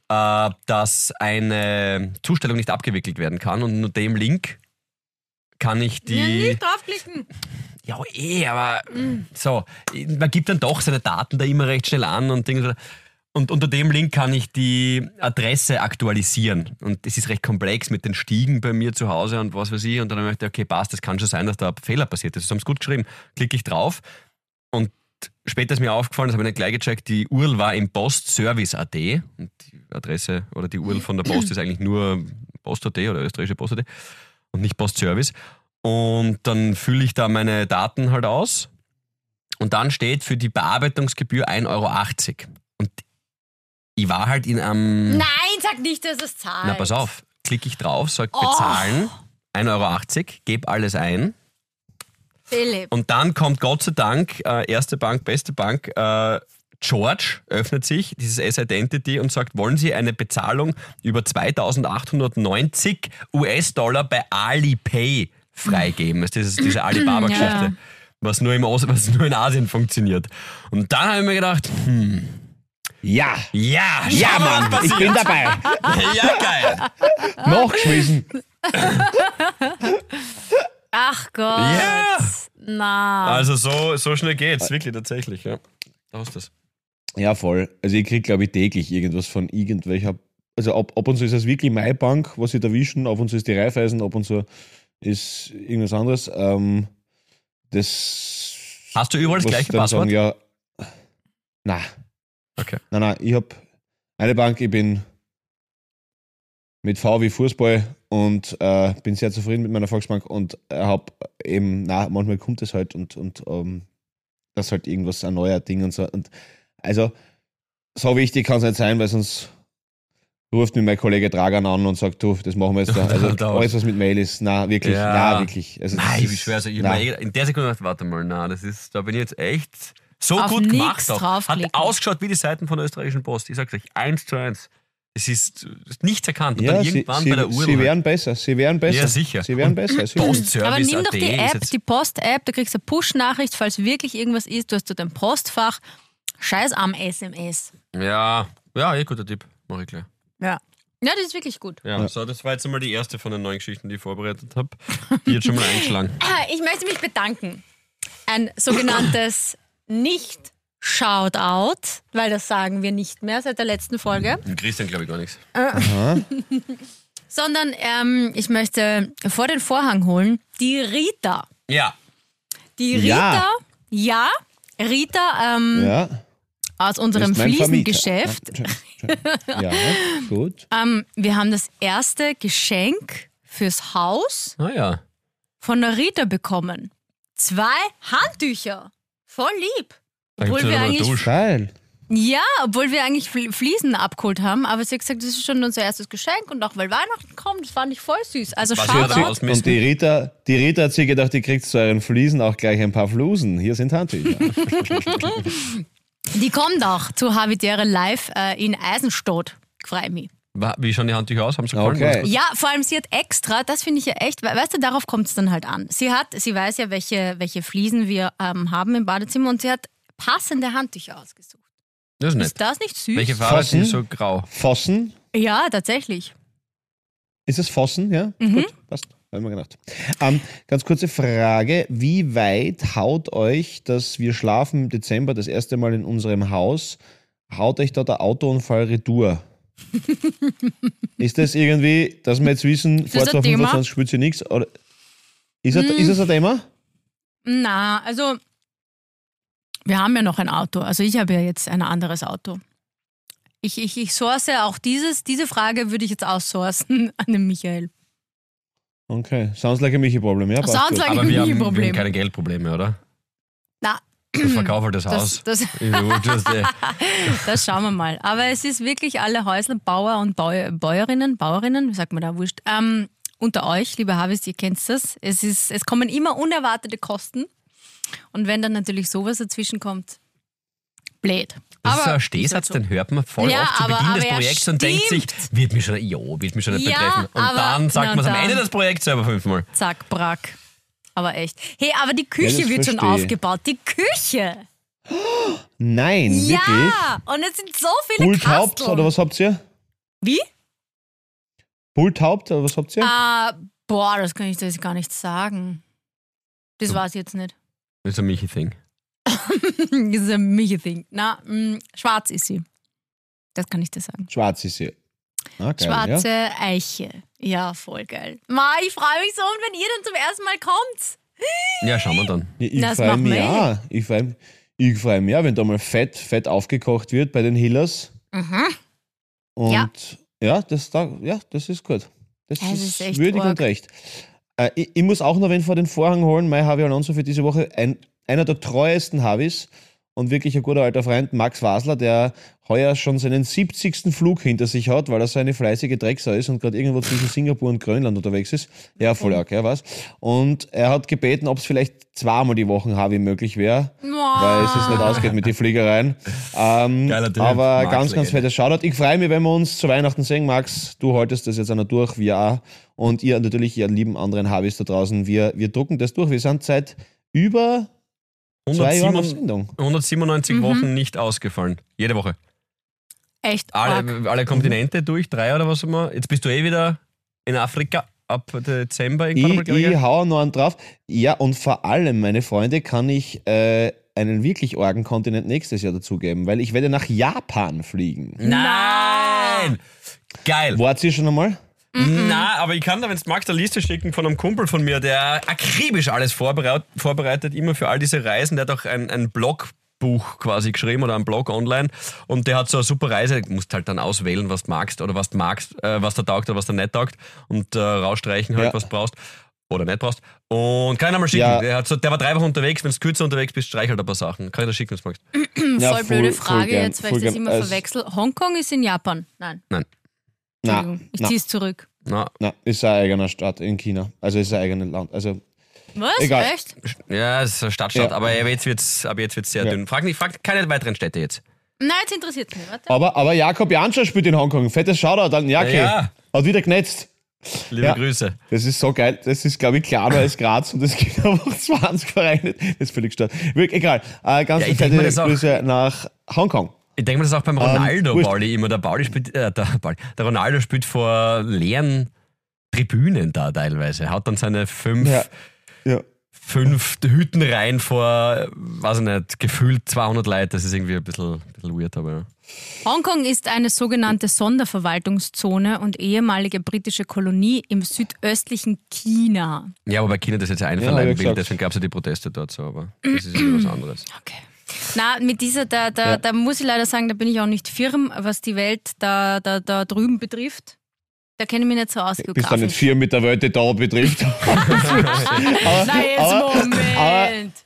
dass eine Zustellung nicht abgewickelt werden kann und nur dem Link kann ich die... Ja, nicht draufklicken. Ja, eh, aber so, man gibt dann doch seine Daten da immer recht schnell an und Dinge. Und unter dem Link kann ich die Adresse aktualisieren. Und es ist recht komplex mit den Stiegen bei mir zu Hause und was weiß ich. Und dann habe ich gedacht, okay, passt, das kann schon sein, dass da ein Fehler passiert ist. Das haben sie gut geschrieben. Klicke ich drauf und später ist mir aufgefallen, das habe ich nicht gleich gecheckt, die URL war im Postservice.at. Und die Adresse oder die URL von der Post ist eigentlich nur Post.at oder österreichische Post.at und nicht Postservice. Und dann fülle ich da meine Daten halt aus. Und dann steht für die Bearbeitungsgebühr 1,80 Euro. Und ich war halt in einem. Nein, sag nicht, dass es zahlt. Na, pass auf. Klicke ich drauf, sage Oh. bezahlen, 1,80 Euro, gebe alles ein. Philipp. Und dann kommt Gott sei Dank, äh, erste Bank, beste Bank, äh, George öffnet sich, dieses S-Identity, und sagt, wollen Sie eine Bezahlung über 2890 US-Dollar bei Alipay freigeben? Das ist diese Alibaba-Geschichte, Ja. was, nur im Aus- was nur in Asien funktioniert. Und dann habe ich mir gedacht, hm, Ja! ja, Ja, schau mal, was Mann! Ich bin dabei! passiert. ja, geil. Nachgeschmissen! Ach Gott. Ja. Na. Also so, so schnell geht's, wirklich, tatsächlich. Ja. Da hast du das. Ja, voll. Also ich kriege, glaube ich, täglich irgendwas von irgendwelcher. Also ab, ab und zu ist es wirklich meine Bank, was sie da wischen, ab und zu ist die Raiffeisen, ab und zu ist irgendwas anderes. Ähm, das. Hast du überall das was gleiche dann Passwort? Sagen, ja. Na. Okay. Nein, nein, ich habe eine Bank, ich bin mit V wie Fußball und äh, bin sehr zufrieden mit meiner Volksbank und habe eben, na, manchmal kommt es halt und, und ähm, das ist halt irgendwas ein neuer Ding und so. Und also, so wichtig kann es nicht sein, weil sonst ruft mich mein Kollege Dragan an und sagt, du, das machen wir jetzt da. Also, Da- da- alles, was mit Mail ist, na, wirklich, Ja. na, wirklich. Also, das Nein, ist- ich schwöre, also ich hab na. mir eh- in der Sekunde gedacht, warte mal, na, das ist, da bin ich jetzt echt so Auf gut nix gemacht. Auch. Hat draufklicken. ausgeschaut wie die Seiten von der österreichischen Post. Ich sag's euch, eins zu eins. Es ist, ist nichts erkannt. Und ja, dann sie, irgendwann sie, bei der Uhr. sie wären besser, sie wären besser. Ja, sicher. Sie wären Und besser. sicher. Postservice Aber nimm doch E, AD die ist App, jetzt, die Post-App, da kriegst du eine Push-Nachricht, falls wirklich irgendwas ist, du hast du dein Postfach. Scheiß am SMS. Ja, ja, eh guter Tipp. Mach ich gleich. Ja. Ja, das ist wirklich gut. Ja, so, das war jetzt einmal die erste von den neuen Geschichten, die ich vorbereitet habe. Die jetzt schon mal eingeschlagen. Ich möchte mich bedanken. Ein sogenanntes Nicht-Shoutout, weil das sagen wir nicht mehr seit der letzten Folge. Dem Christian glaube ich gar nichts. Sondern ähm, ich möchte vor den Vorhang holen die Rita. Ja. Die Rita, Ja. ja, Rita ähm, Ja. aus unserem ist mein Fliesengeschäft. Vermieter. Ja, gut. Ähm, wir haben das erste Geschenk fürs Haus Ah ja. von der Rita bekommen. Zwei Handtücher. Voll lieb. Da gibt's Obwohl wir ja noch eine eigentlich- Dusche. Geil. Ja, obwohl wir eigentlich Fl- Fliesen abgeholt haben, aber sie hat gesagt, das ist schon unser erstes Geschenk und auch weil Weihnachten kommt, das fand ich voll süß. Also Was hört sich Shoutout. aus Und die Rita, die Rita hat sich gedacht, die kriegt zu euren Fliesen auch gleich ein paar Flusen. Hier sind Handtücher. Die kommt auch zu Habitäre Live äh, in Eisenstadt. Freu mich. Wa- Wie schauen die Handtücher aus? Haben sie gefallen? Okay. Ja, vor allem sie hat extra, das finde ich ja echt, we- weißt du, darauf kommt es dann halt an. Sie hat, sie weiß ja, welche, welche Fliesen wir ähm, haben im Badezimmer und sie hat passende Handtücher ausgesucht. Das ist nett. Ist das nicht süß? Welche Farbe ist die Fossen? so grau? Fossen? Ja, tatsächlich. Ist es Fossen? Ja? Mhm. Gut, passt. Hab ich mir gedacht. Ähm, ganz kurze Frage. Wie weit haut euch, dass wir schlafen im Dezember das erste Mal in unserem Haus, haut euch da der Autounfall retour? ist das irgendwie, dass wir jetzt wissen, vor das ein 2025 spürt sie nichts? Oder ist, das, ist das ein Thema? Na, also wir haben ja noch ein Auto. Also ich habe ja jetzt ein anderes Auto. Ich, ich, ich source auch dieses, diese Frage würde ich jetzt outsourcen an den Michael. Okay, sounds like a Michi-Problem, ja? passt Sounds gut. like- Aber wir haben, wir haben Familienproblem. keine Geldprobleme, oder? Na, Du verkauf halt das, das, Haus. das, Ja, gut, das, äh, das schauen wir mal. Aber es ist wirklich alle Häuslebauer und Bau, Bäuerinnen, Bauerinnen, wie sagt man da, wurscht, ähm, unter euch, lieber Harvest, ihr kennt das. Es, ist, es kommen immer unerwartete Kosten. Und wenn dann natürlich sowas dazwischen kommt, blöd. das ist so ein ist halt Stehsatz, so. den hört man voll Ja, oft zu aber- Beginn des aber er Projekts und denkt sich, wird mich schon, ja, wird mich schon nicht Ja, betreffen. Und aber- dann sagt na, man es am dann. Ende des Projekts selber fünfmal. Zack, brack. Aber echt. Hey, aber die Küche das wird schon verstehe ich. aufgebaut. Die Küche! Nein, wirklich? Ja! Und es sind so viele Pult Haupt Kasteln. oder was habt ihr? Wie? Pult Haupt oder was habt ihr? Ah, boah, das kann ich dir jetzt gar nicht sagen. Das war's jetzt nicht. Das ist ein Michi-Thing. das ist ein Michi-Thing. Na, mh, schwarz ist sie. Das kann ich dir sagen. Schwarz ist sie. Ah, geil, Schwarze Eiche. Ja, voll geil. Ma, ich freue mich so, und wenn ihr dann zum ersten Mal kommt. Ja, schauen wir dann. Ja. Ich Das freue machen mich wir eh. auch. Ich freue mich, ich freu mich auch, wenn da mal Fett, Fett aufgekocht wird bei den Hillers. Und Ja. ja, das, da, ja das ist gut. Das, Ja, das ist, ist echt würdig arg. und recht. Äh, ich, ich muss auch noch wen vor den Vorhang holen. Mein Javi Alonso für diese Woche ein, einer der treuesten Javis und wirklich ein guter alter Freund, Max Wasler, der heuer schon seinen 70. Flug hinter sich hat, weil er so eine fleißige Drecksau ist und gerade irgendwo zwischen Singapur und Grönland unterwegs ist. Ja, Mhm. voll arg, ja, was? Und er hat gebeten, ob es vielleicht zweimal die Woche Javi möglich wäre weil es ist nicht ausgeht mit den Fliegereien. Ähm, Geiler Typ. aber ganz, Max ganz Legende. fettes Shoutout. Ich freue mich, wenn wir uns zu Weihnachten sehen, Max. Du haltest das jetzt einer durch, wir auch. Und ihr natürlich, ihr lieben anderen Habis da draußen. Wir, wir drucken das durch. Wir sind seit über zwei Jahren auf 197, Sendung. Mhm. 197 Wochen nicht ausgefallen. Jede Woche. Echt arg. Alle, alle Kontinente durch, drei oder was immer. Jetzt bist du eh wieder in Afrika ab Dezember irgendwann. mal, Ich, glaub ich, ich hau noch einen drauf. Ja, und vor allem, meine Freunde, kann ich äh, einen wirklich argen Kontinent nächstes Jahr dazugeben, weil ich werde nach Japan fliegen. Nein! Geil. Wart ihr schon einmal? Na, aber ich kann da, wenn es magst, eine Liste schicken von einem Kumpel von mir, der akribisch alles vorbereit, vorbereitet, immer für all diese Reisen. Der hat auch ein, ein Blogbuch quasi geschrieben oder einen Blog online und der hat so eine super Reise, du musst halt dann auswählen, was du magst oder was du magst, äh, was da taugt oder was da nicht taugt und äh, rausstreichen halt, Ja. was du brauchst oder nicht brauchst. Und kann ich mal schicken. Ja. Der, hat so, der war drei Wochen unterwegs, wenn du kürzer unterwegs bist, streich halt ein paar Sachen. Kann ich dir schicken, wenn du magst. Ja, Hm, voll blöde Frage gern, jetzt, weil voll ich das gern. immer Also, verwechsel. Hongkong ist in Japan. Nein, Na, Entschuldigung. Ich na, zieh's zurück. Na, Na, ist sein eigener Staat in China. Also ist sein eigenes Land. Also Was? Egal. Echt? ja, es ist eine Stadtstadt, Ja. aber ab jetzt wird's, aber jetzt wird's sehr Ja. dünn. Frag, nicht, frag keine weiteren Städte jetzt. Nein, jetzt interessiert mich. Warte. aber, aber Jakob Janscher spielt in Hongkong. Fettes Shoutout an Jacke. Ja. Hat wieder genetzt. Liebe Ja. Grüße. Das ist so geil. Das ist, glaube ich, klarer als Graz und es gibt einfach 20 Vereine. Das ist völlig stark. Wirklich, egal. Äh, ganz Ja, ja, ich denk mir das auch. Grüße nach Hongkong. Ich denke mir das auch beim Ronaldo, Ähm, wurscht. Pauli, immer. Der, Pauli spielt, äh, der, Pauli, der Ronaldo spielt vor leeren Tribünen da teilweise. Hat dann seine fünf, Ja. Ja. fünf Hütten rein vor, weiß ich nicht, gefühlt 200 Leute. Das ist irgendwie ein bisschen, ein bisschen weird, aber ja. Hongkong ist eine sogenannte Sonderverwaltungszone und ehemalige britische Kolonie im südöstlichen China. Ja, aber bei China das jetzt ja Ja, hab einverleiben ich will, gesagt. deswegen gab es ja die Proteste dort so, aber das ist ja was anderes. Okay. Na, mit dieser, da, da, Ja. da muss ich leider sagen, da bin ich auch nicht firm, was die Welt da, da, da drüben betrifft. Da kenne ich mich nicht so aus. Bist dann nicht geografisch. vier mit der Welt, die da betrifft. Na, jetzt Moment! aber-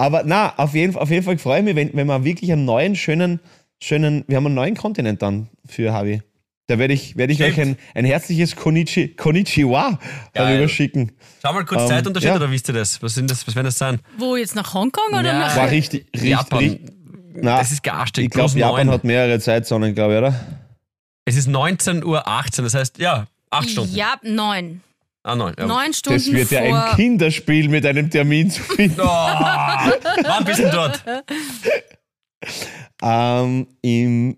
Aber na, auf jeden, auf jeden Fall freue ich mich, wenn, wenn wir wirklich einen neuen, schönen, schönen, wir haben einen neuen Kontinent dann für Havi. Da werde ich, werde ich Stimmt. euch ein, ein herzliches Konichi, Konichiwa darüber schicken. Schau mal kurz Ähm, Zeitunterschied ja. oder wisst ihr das? Was, sind das? was werden das sein? Wo, jetzt nach Hongkong oder Ja. nach. War richtig, richtig, richtig Japan. na, Das ist gearstig. Ah, ich glaube, plus Japan neun. hat mehrere Zeitzonen, glaube ich, oder? Es ist 19.18 Uhr, das heißt, ja, acht Stunden. Ja, neun. Ah, nein. Ja. Neun Stunden Das wird ja vor... ein Kinderspiel mit einem Termin zu finden. Oh, war ein bisschen dort. Ähm, Im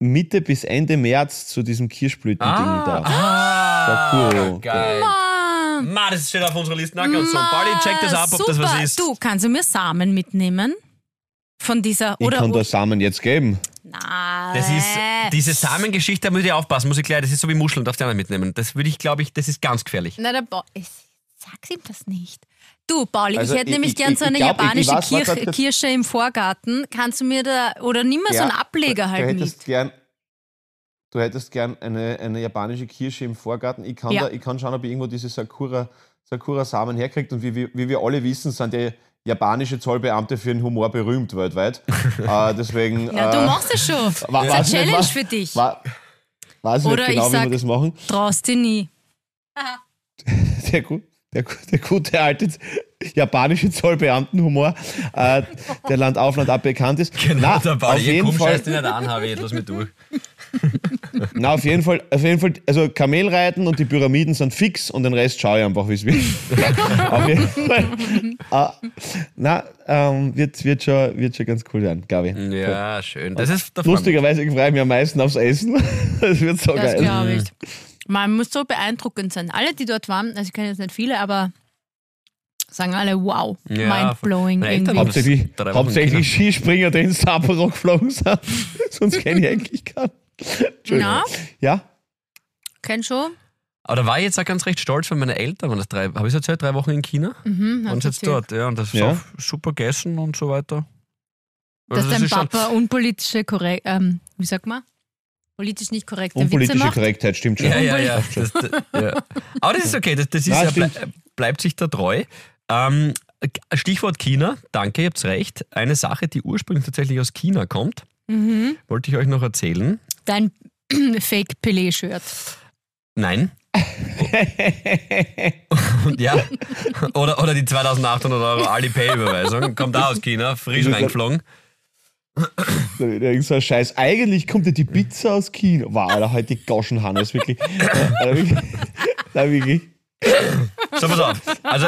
Mitte bis Ende März zu diesem Kirschblütending da. Ah. ah, Sakura. geil. Mann, Ma, das steht auf unserer Liste. Na, und so. Party, check das ab, ob super. das was ist. Du, kannst du mir Samen mitnehmen? Von dieser... Ich Oder, kann da Samen jetzt geben. Nein. Das ist, diese Samengeschichte, da müsst ihr aufpassen, muss ich gleich, das ist so wie Muscheln, darf ich nicht mitnehmen. Das würde ich, glaube ich, das ist ganz gefährlich. Na, der ba ich sag's ihm das nicht. Du, Pauli, Also, ich hätte ich- nämlich ich- gern ich- so eine ich glaub, ich- ich japanische weiß, was Kirch- das- Kirsche im Vorgarten. Kannst du mir da, oder nimm mir so einen Ableger halt mit. gern. Du hättest gern eine, eine japanische Kirsche im Vorgarten. Ich kann, Ja. da, ich kann schauen, ob ich irgendwo diese Sakura, Sakura-Samen herkriegt. Und wie, wir- wie wir alle wissen, sind die japanische Zollbeamte für den Humor berühmt weltweit. äh, deswegen. Ja, du äh, machst es schon. wa- weiß Das ist eine nicht, Challenge was- für dich. wa- Weiß Oder nicht ich genau, wie wir sag- das machen. Traust dich nie. der, gu- der, gu- der gute alte japanische Zollbeamtenhumor, äh, der Land auf Land ab bekannt ist. Genau, Na, Genau, auf, jeden Fall, dich nicht an, Harvey, lass mich durch. na, auf jeden Fall, auf jeden Fall, also Kamelreiten und die Pyramiden sind fix und den Rest schaue ich einfach, wie es wird. auf jeden Fall. Äh, na, ähm, wird, wird, schon, wird schon ganz cool sein, glaube ich. Mhm. Ja, schön. Das ist der Lustigerweise freue ich mich am meisten aufs Essen. das wird so Das geil. glaube ich. Man muss so beeindruckend sein. Alle, die dort waren, also ich kenne jetzt nicht viele, aber sagen alle, wow, Ja, mindblowing meine Eltern haben- irgendwie. Hauptsächlich, Drei Wochen hauptsächlich Skispringer, die ins Tabarok geflogen sind. Sonst kenne ich eigentlich keinen. Entschuldigung. Na, Ja? kenn schon. Aber da war ich jetzt auch ganz recht stolz, weil meine Eltern waren das drei, habe ich es erzählt, drei Wochen in China Mhm, hast und jetzt erzählt. dort. Ja, und das Ja. ja. super gegessen und so weiter. Dass Also dein ist schon- Papa unpolitische korrekt, ähm, wie sagt man? Politisch nicht korrekte Witze Unpolitische macht. Korrektheit stimmt schon. Ja, ja, ja. Das, das, ja. Aber das ist okay, das, das ist Nein, ja, blei- stimmt. bleibt sich da treu. Ähm, Stichwort China, danke, ihr habt recht. Eine Sache, die ursprünglich tatsächlich aus China kommt, Mhm. wollte ich euch noch erzählen. Dein Fake Pelé-Shirt. Nein. Und ja, oder, oder die 2800 Euro Alipay-Überweisung, kommt auch aus China, frisch reingeflogen. Irgend so ein Scheiß. Eigentlich kommt ja die Pizza aus China. Wow, Alter, heute die Gaschen Hannes, wirklich. Alter, wirklich. Alter, wirklich. So, pass auf. Also,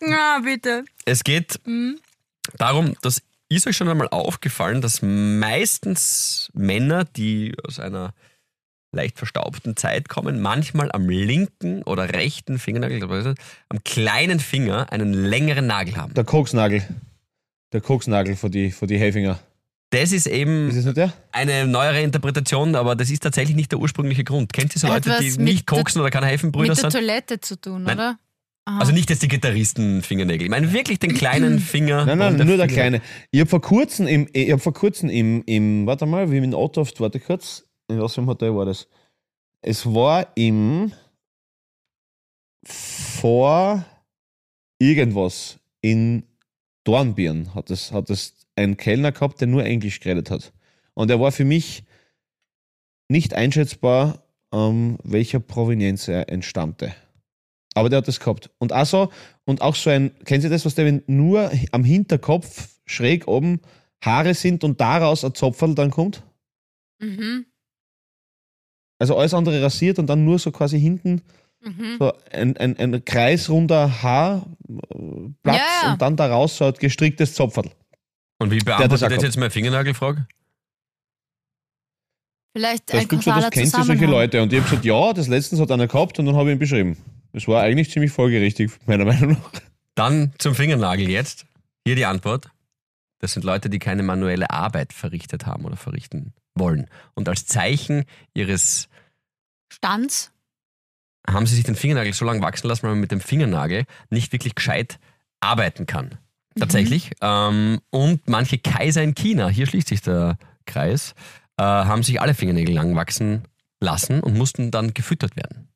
Na, bitte. Es geht Mhm. darum, dass ist euch schon einmal aufgefallen, dass meistens Männer, die aus einer leicht verstaubten Zeit kommen, manchmal am linken oder rechten Fingernagel, glaub ich, weiß nicht, am kleinen Finger einen längeren Nagel haben. Der Koksnagel. Der Koksnagel von die, von die Häfinger. Das ist eben Ist das nicht der? eine neuere Interpretation, aber das ist tatsächlich nicht der ursprüngliche Grund. Kennt ihr so Hat Leute, was die mit nicht koksen oder keine Häfenbrüder Mit der sind? Toilette zu tun, Nein. oder? Aha. Also nicht jetzt die Gitarristen-Fingernägel. Ich meine wirklich den kleinen Finger. Nein, und nein, nur der Finger- kleine. Ich habe vor kurzem im, ich hab vor kurzem im, im, warte mal, wie in Otto, warte kurz, in was für einem Hotel war das? Es war im vor irgendwas in Dornbirn hat es hat es einen Kellner gehabt, der nur Englisch geredet hat. Und er war für mich nicht einschätzbar, ähm, welcher Provenienz er entstammte. Aber der hat das gehabt. Und auch so, und auch so ein, kennen Sie das, was der, wenn nur am Hinterkopf schräg oben Haare sind und daraus ein Zopferl dann kommt? Mhm. Also alles andere rasiert und dann nur so quasi hinten Mhm. so ein, ein, ein kreisrunder Haarplatz Ja, ja. und dann daraus so ein gestricktes Zopferl. Und wie hat das auch beantwortet das gehabt. jetzt meine Fingernagelfrage? Vielleicht Das ein gibt so, das kausaler kennst du solche Zusammenhang. Leute. Und ich habe gesagt, ja, das letztens hat einer gehabt und dann habe ich ihn beschrieben. Das war eigentlich ziemlich folgerichtig, meiner Meinung nach. Dann zum Fingernagel jetzt. Hier die Antwort. Das sind Leute, die keine manuelle Arbeit verrichtet haben oder verrichten wollen. Und als Zeichen ihres Stanz? haben sie sich den Fingernagel so lange wachsen lassen, weil man mit dem Fingernagel nicht wirklich gescheit arbeiten kann. Mhm. Tatsächlich. Ähm, und manche Kaiser in China, hier schließt sich der Kreis, äh, haben sich alle Fingernägel lang wachsen lassen und mussten dann gefüttert werden.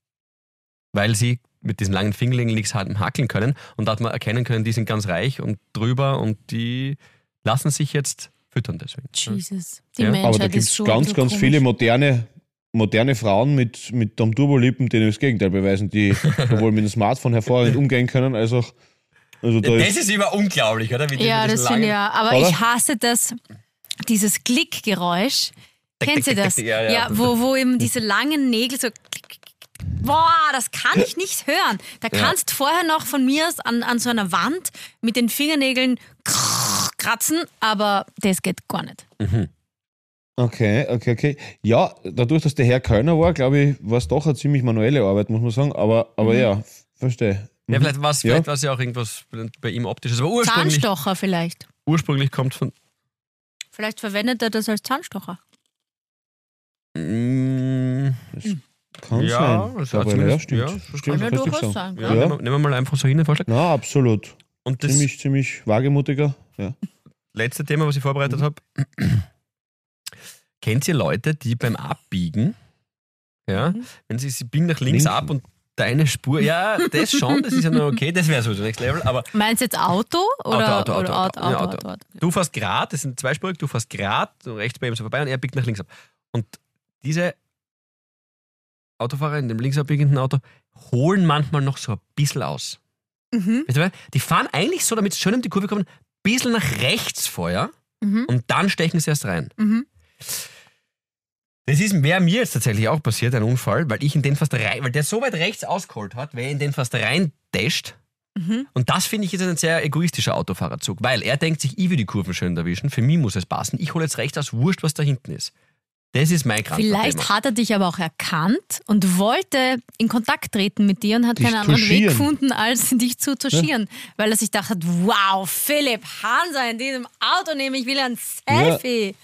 Weil sie mit diesen langen Fingernägeln nichts haben hakeln können. Und da hat man erkennen können, die sind ganz reich und drüber und die lassen sich jetzt füttern deswegen. Jesus. Die Ja. Menschheit Aber da gibt ist es so ganz, so ganz komisch. viele moderne, moderne Frauen mit, mit dem Turbolippen, denen das Gegenteil beweisen, die sowohl mit dem Smartphone hervorragend umgehen können, als auch. Also da ist, immer unglaublich, oder? Wie die Ja, mit das diesen sind langen- ja. Aber Oder? ich hasse das, dieses Klickgeräusch. Kennt ihr das? Ja, ja. wo, wo eben diese langen Nägel so. klick, klick, klick, boah, das kann ich nicht hören. Da kannst vorher noch von mir aus an, an so einer Wand mit den Fingernägeln kratzen, aber das geht gar nicht. Mhm. Okay, okay, okay. Ja, dadurch, dass der Herr Kölner war, glaube ich, war es doch eine ziemlich manuelle Arbeit, muss man sagen. Aber, aber ja, verstehe. Mhm. Ja, vielleicht war es Mhm. Ja. vielleicht war's ja auch irgendwas bei ihm optisches. Aber ursprünglich, Zahnstocher vielleicht. ursprünglich kommt von. Vielleicht verwendet er das als Zahnstocher. Mm, Kann Ja, sein. das hat aber ja, zumindest- stimmt. ja, das kann stimmt ja richtig durchaus sagen. sein, ja, Ja. Nehmen, wir, nehmen wir mal einfach so hin den Vorschlag. Na, absolut. Und das ziemlich, ziemlich wagemutiger. Ja. letzte Thema, was ich vorbereitet habe. Kennt ihr Leute, die beim Abbiegen, ja, wenn sie, sie biegen nach links Links. ab und deine Spur, ja, das schon, das ist ja noch okay, das wäre sowieso Next Level, aber Meinst du jetzt Auto? Oder Auto, Auto, oder Auto, Auto. Auto, Ja, Auto, Auto. Auto, Auto. Du fährst grad, das sind zweispurig, du fährst grad, du rechts bei ihm so vorbei und er biegt nach links ab. Und diese Autofahrer in dem links abbiegenden Auto holen manchmal noch so ein bisschen aus. Mhm, Weißt du, was? die fahren eigentlich so, damit sie schön um die Kurve kommen, ein bisschen nach rechts vorher mhm, und dann stechen sie erst rein. mhm. Das ist wäre mir jetzt tatsächlich auch passiert, ein Unfall, weil ich in den fast rein, weil der so weit rechts ausgeholt hat, wäre in den fast rein dasht. Mhm. Und das finde ich jetzt ein sehr egoistischer Autofahrerzug, weil er denkt sich, ich will die Kurven schön erwischen, für mich muss es passen, ich hole jetzt rechts aus, wurscht, was da hinten ist. Das ist mein Krankheit. Vielleicht hat er dich aber auch erkannt und wollte in Kontakt treten mit dir und hat Dich keinen anderen Weg touchieren. gefunden, als dich zu touchieren. Weil er sich dachte, wow, Philipp Hanser in diesem Auto nehme ich wieder ein Selfie.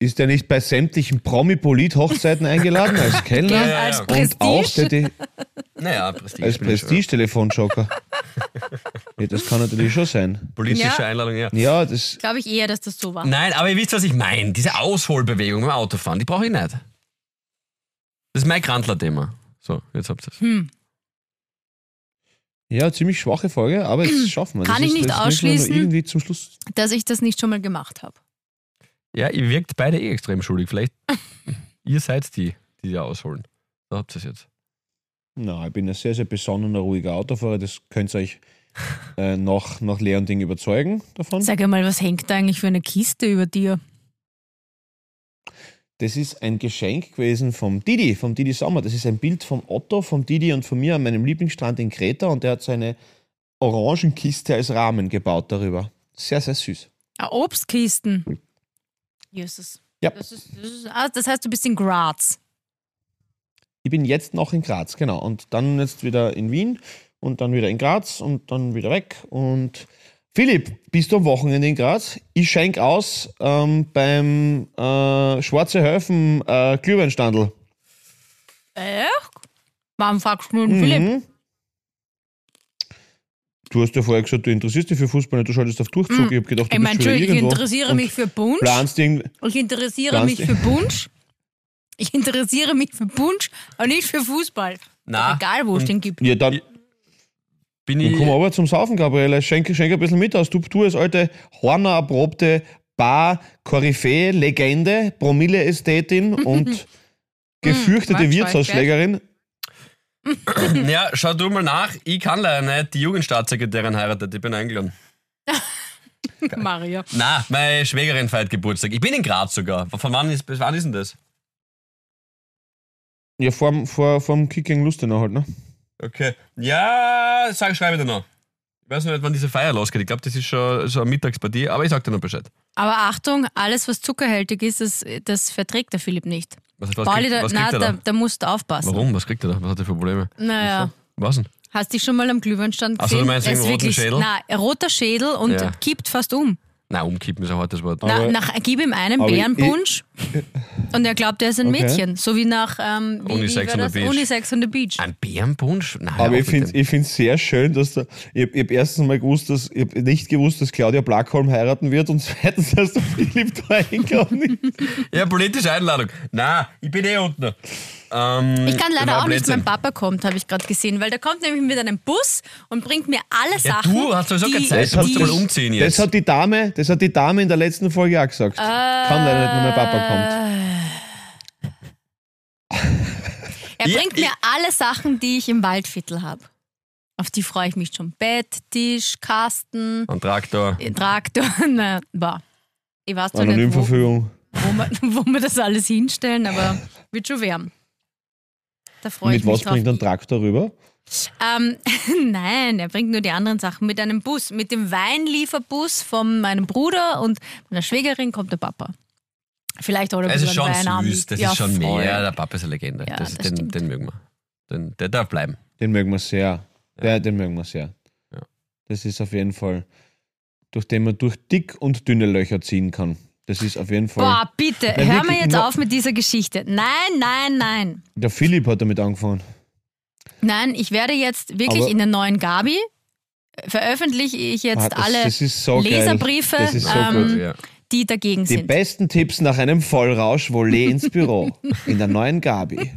Ist der nicht bei sämtlichen Promi-Polit-Hochzeiten eingeladen als Kellner? Ja, Als ja. Prestige. Und auch der, die, Naja, Prestige. als bin ich schon. Prestige-Telefonjoker. ja, das kann natürlich schon sein. Politische Ja. Einladung, ja. Ja, das, Glaube ich eher, dass das so war. Nein, aber ihr wisst, was ich meine. Diese Ausholbewegung beim Autofahren, die brauche ich nicht. Das ist mein Krantler-Thema. So, jetzt habt ihr es. Hm. ja, ziemlich schwache Folge, aber jetzt schaffen wir Kann das ich ist- nicht das müssen wir nur ausschließen. Irgendwie zum Schluss. Dass ich das nicht schon mal gemacht habe. Ja, ihr wirkt beide eh extrem schuldig. Vielleicht ihr seid die, die da ausholen. Da habt ihr es jetzt. Na, ich bin ein sehr, sehr besonnener, ruhiger Autofahrer. Das könnt ihr euch äh, nach, nach Lehr und Ding überzeugen davon. Sag einmal, was hängt da eigentlich für eine Kiste über dir? Das ist ein Geschenk gewesen vom Didi, vom Didi Sommer. Das ist ein Bild vom Otto, vom Didi und von mir an meinem Lieblingsstrand in Kreta und der hat seine Orangenkiste als Rahmen gebaut darüber. Sehr, sehr süß. Ah, Obstkisten. Jesus. Ja. Das, ist, das, ist, ah, das heißt, du bist in Graz. Ich bin jetzt noch in Graz, genau. Und dann jetzt wieder in Wien und dann wieder in Graz und dann wieder weg. Und Philipp, bist du am Wochenende in Graz? Ich schenke aus ähm, beim äh, Schwarze Höfen äh, Glühweinstandl. Echt? Warum fragst du nur den Philipp? Mhm. Du hast ja vorher gesagt, du interessierst dich für Fußball nicht, du schaltest auf Durchzug. Ich habe gedacht, du Mhm. Ich bist schon meine, wieder Entschuldigung, ich irgendwo interessiere und mich für Bunsch. Planst irgend Ich interessiere Planst- mich für Bunsch. Ich interessiere mich für Bunsch, aber nicht für Fußball. Na, Doch egal, wo es und- den gibt. ja, dann, Bin dann ich. komm aber zum Saufen, Gabriele. Schenk, schenk ein bisschen mit aus. Du, du als alte Horner-erprobte Bar, Koryphäe, Legende, Promille-Ästhetin Mm, und gefürchtete Quatsch, Wirtshausschlägerin. Ja, schau du mal nach. Ich kann leider nicht die Jugendstaatssekretärin heiratet. Ich bin eingeladen. Maria. Na, meine Schwägerin feiert Geburtstag. Ich bin in Graz sogar. Von wann ist, bis wann ist denn das? Ja, vor, vor, vor dem Kicking Lustener halt, ne? Okay. Ja, sag, schreibe dir noch. Ich weiß noch nicht, wann diese Feier losgeht. Ich glaube, das ist schon so eine Mittagspartie, aber ich sag dir noch Bescheid. Aber Achtung, alles, was zuckerhältig ist, das, das verträgt der Philipp nicht. Was, was, Pauli, kriegt, da, was na, kriegt er da, da? da musst du aufpassen. Warum? Was kriegt er da? Was hat er für Probleme? Naja. Was denn? Hast dich schon mal am Glühweinstand Ach so, gesehen? du meinst Er wegen ist roten wirklich- Schädel? Na, ein roter Schädel und Ja. kippt fast um. Nein, umkippen ist ein hartes Wort. Na, Aber- nach, gib ihm einen aber ich- Bärenpunsch und er glaubt, er ist ein Okay. Mädchen. So wie nach ähm, wie, Unisex wie war on the das? Beach. Unisex on the Beach. Ein Bärenpunsch? Nein, hör Aber auf ich mit finde es dem. ich find's sehr schön, dass da. Ich habe hab erstens mal gewusst, dass ich hab nicht gewusst, dass Claudia Blackholm heiraten wird und zweitens, dass du Philipp da eingeladen ist. Ja, politische Einladung. Nein, ich bin eh unten. Ähm, Ich kann war leider auch nicht, Blödsinn. mein Papa kommt, habe ich gerade gesehen, weil der kommt nämlich mit einem Bus und bringt mir alle Ja, Sachen. äh, du hast sowieso keine Zeit, die- du musst doch mal umziehen jetzt. Das hat die Dame, das hat die Dame in der letzten Folge auch gesagt. Kann leider nicht, wenn mein Ah, Papa Er Ja, bringt ich- mir alle Sachen, die ich im Waldviertel habe. Auf die freue ich mich schon. Bett, Tisch, Kasten, Ein Traktor. Traktor. Na, boah. Ich weiß kommt. zwar nicht, wo, Anonymverfügung. wo, wir, wo wir das alles hinstellen, aber wird schon wärm. Da freue ich Mit was mich bringt ein drauf. Traktor rüber? Ähm, nein, er bringt nur die anderen Sachen mit einem Bus. Mit dem Weinlieferbus von meinem Bruder und meiner Schwägerin kommt der Papa. Vielleicht holt er Es ist einen schon Wein ab. süß, das Ja, ist schon voll. mehr. Der Papa ist eine Legende. Ja, das, das den, stimmt. den mögen wir. Den, der darf bleiben. Den mögen wir sehr. Ja, den mögen wir sehr. Ja. Das ist auf jeden Fall, durch den man durch dick und dünne Löcher ziehen kann. Das ist auf jeden Fall. Boah, bitte, Nein, hör mal wirklich, jetzt nur- auf mit dieser Geschichte. Nein, nein, nein. Der Philipp hat damit angefangen. Nein, ich werde jetzt wirklich Aber- in der neuen Gabi äh, veröffentliche ich jetzt Ah, das, alle, das ist so geil. Leserbriefe, Das ist so ähm, gut. Ja. die dagegen Die sind. besten Tipps nach einem Vollrausch Volley ins Büro. In der neuen Gabi.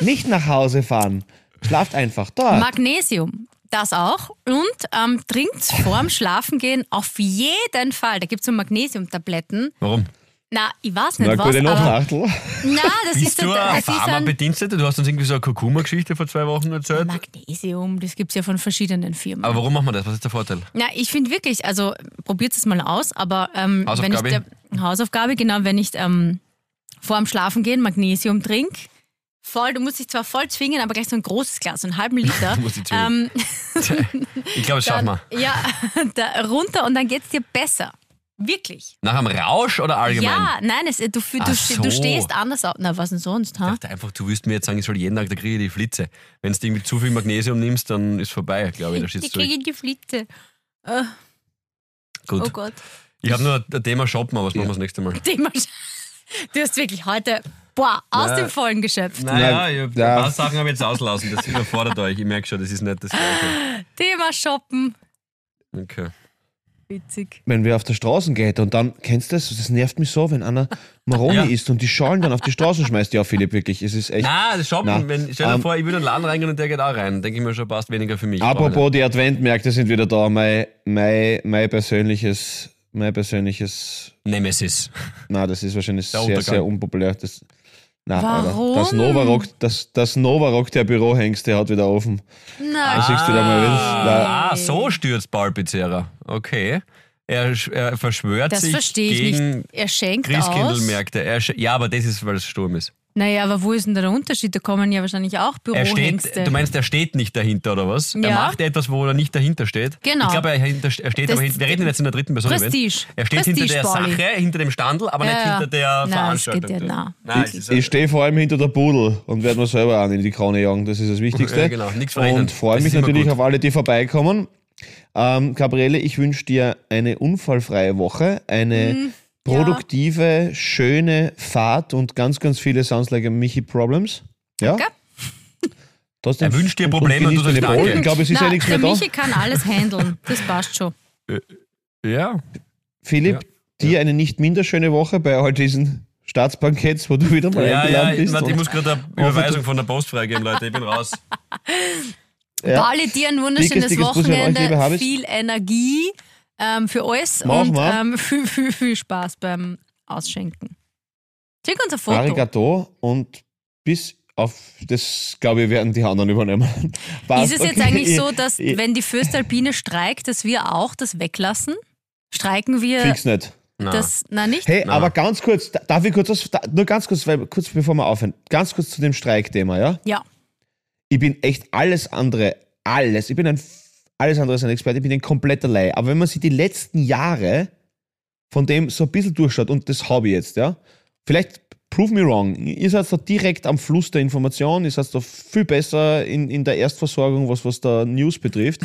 Nicht nach Hause fahren. Schlaft einfach dort. Magnesium, das auch. Und ähm, trinkt vorm Schlafengehen auf jeden Fall. Da gibt es so Magnesiumtabletten. Warum? Na, ich weiß nicht Na, was, gute aber... Nacht, Nachtl. Na, das ist, Bist so- du ein das ist ein Pharma-Bediensteter? Du hast uns irgendwie so eine Kurkuma-Geschichte vor zwei Wochen erzählt. Magnesium, das gibt es ja von verschiedenen Firmen. Aber warum machen wir das? Was ist der Vorteil? Na, ich finde wirklich, also probiert es mal aus, aber ähm, wenn ich Hausaufgabe? der- Hausaufgabe, genau, wenn ich ähm, vor dem Schlafen gehen Magnesium trink, voll, du musst dich zwar voll zwingen, aber gleich so ein großes Glas, so einen halben Liter. Du musst dich ähm, zwingen. Ich glaube, das schaffen wir. ja, da runter und dann geht's dir besser. Wirklich. Nach einem Rausch oder allgemein? Ja, nein, es, du, fü- du, Ach ste- so. du stehst anders auf. Na, was denn sonst, Ich ha? dachte einfach, du willst mir jetzt sagen, ich soll jeden Tag, da kriege ich die Flitze. Wenn du irgendwie zu viel Magnesium nimmst, dann ist vorbei, glaube ich. Da Die schießt zurück. kriegen die Flitte. Gut. Oh Gott. Ich habe nur ein Thema Shoppen, aber das machen wir das nächste Mal. Thema Sch- Du hast wirklich heute, boah, aus Na, dem Vollen geschöpft. Naja, Na, ich hab ein ja. paar Sachen habe ich jetzt auslassen. Das überfordert euch. Ich merke schon, das ist nicht das Gleiche. Thema Shoppen. Okay. Witzig. wenn wir auf der Straße geht und dann, kennst du das? Das nervt mich so, wenn einer Maroni Ja. isst und die Schalen dann auf die Straße schmeißt. Ja, Philipp, wirklich, es ist echt. Na, das Shoppen. Na, Wenn, stell dir ähm, vor, ich würde in den Laden reingehen und der geht auch rein. Denke ich mir schon, passt weniger für mich. Apropos, die Adventmärkte sind wieder da. Mein, mein, mein persönliches, mein persönliches, Nemesis. na, das ist wahrscheinlich Der sehr, Untergang. sehr unpopulär. Das, na, Warum? Alter, das Novarock, das, das Novarock der Bürohengste hat wieder offen. Also Na, Das siehst du da mal, wenn's- da- Ah, so stürzt Paul Pizzerra. Okay. Er, sch- er verschwört das sich verstehe ich gegen nicht. Er schenkt aus. Christkindlmärkte. Er, sch- ja, aber das ist, weil es Sturm ist. Naja, aber wo ist denn da der Unterschied? Da kommen ja wahrscheinlich auch Er steht, Bürohengste. du meinst, er steht nicht dahinter, oder was? Er Ja. macht etwas, wo er nicht dahinter steht. Genau. Ich glaube, er, hinter, er steht Das- aber hinter, wir reden jetzt in der dritten Person. Prestige. Er steht hinter der Prestige, Pauli. Sache, hinter dem Standel, aber Ja, nicht ja. hinter der Nein, Veranstaltung. das geht ja, nein. Nein, es Ich, ist- ich stehe vor allem hinter der Pudel und werde mir selber an in die Krone jagen, das ist das Wichtigste. Ja, genau, nichts verrechnen. Und freue Das mich ist immer natürlich gut. auf alle, die vorbeikommen. Ähm, Gabriele, ich wünsche dir eine unfallfreie Woche, eine produktive, schöne Fahrt und ganz, ganz viele Sounds like a Michi Problems. Ja? Danke. Trotzdem Er wünscht dir und- Probleme und und du genießt sagst den Erfolg. Danke. Ich glaube, es ist Na, ja nichts der mehr da. Michi kann alles handeln. Das passt schon. ja. Philipp, dir eine nicht minder schöne Woche bei all diesen Staatsbanketts, wo du wieder mal Ja, ja, eingeladen ich, bist. warte, ich und- muss gerade eine Überweisung von der Post freigeben, Leute. Ich bin raus. Ja. Pauli, dir ein wunderschönes Dickes, dickes Bussi an euch, Wochenende. liebe Habis. viel Energie ähm, für alles Mach und mal. ähm, viel, viel, viel Spaß beim Ausschenken. Schick uns ein Foto. Arigato und bis auf das, glaube ich, werden die anderen übernehmen. Passt, Ist es jetzt okay. eigentlich so, dass, Ich- wenn die Föstalpine streikt, dass wir auch das weglassen? Streiken wir Fix nicht. Nein. das? Na, nicht? Hey, Na. aber ganz kurz, da- darf ich kurz was, da- nur ganz kurz, weil, kurz bevor wir aufhören, ganz kurz zu dem Streikthema, ja? Ja. Ich bin echt alles andere, alles, ich bin ein, f- alles andere als ein Experte, ich bin ein kompletter Laie. Aber wenn man sich die letzten Jahre von dem so ein bisschen durchschaut, und das habe ich jetzt, ja, vielleicht prove me wrong, ihr seid da direkt am Fluss der Information, ihr seid da viel besser in, in der Erstversorgung, was, was da News betrifft.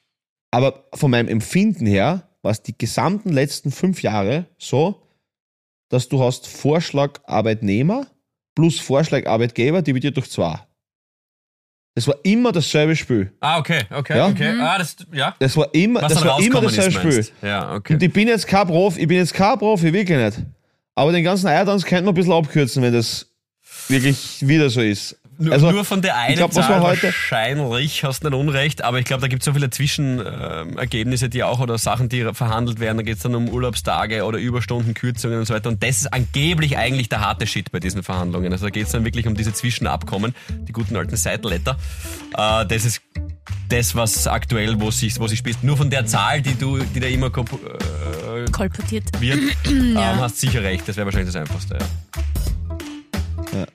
Aber von meinem Empfinden her war es die gesamten letzten fünf Jahre so, dass du hast Vorschlag Arbeitnehmer plus Vorschlag Arbeitgeber dividiert durch zwei. Das war immer dasselbe Spiel. Ah, okay, okay, Ja? okay. Ah, das, ja. Das war immer, Was das dann war immer rauskommen ist, dasselbe Spiel. meinst Ja, okay. Und ich bin jetzt kein Profi, ich bin jetzt kein Profi, wirklich nicht. Aber den ganzen Eiertanz könnte man ein bisschen abkürzen, wenn das wirklich wieder so ist. Nur, Also, nur von der einen glaub, was Zahl wir heute- wahrscheinlich hast du nicht unrecht, aber ich glaube, da gibt es so viele Zwischenergebnisse, die auch oder Sachen, die verhandelt werden. Da geht es dann um Urlaubstage oder Überstundenkürzungen und so weiter. Und das ist angeblich eigentlich der harte Shit bei diesen Verhandlungen. Also da geht es dann wirklich um diese Zwischenabkommen, die guten alten Seitenletter. Äh, das ist das, was aktuell, wo sich, wo sich spielt. Nur von der Zahl, die du, die da immer komp- äh, Kolportiert. wird, ähm, hast sicher recht. Das wäre wahrscheinlich das Einfachste. Ja.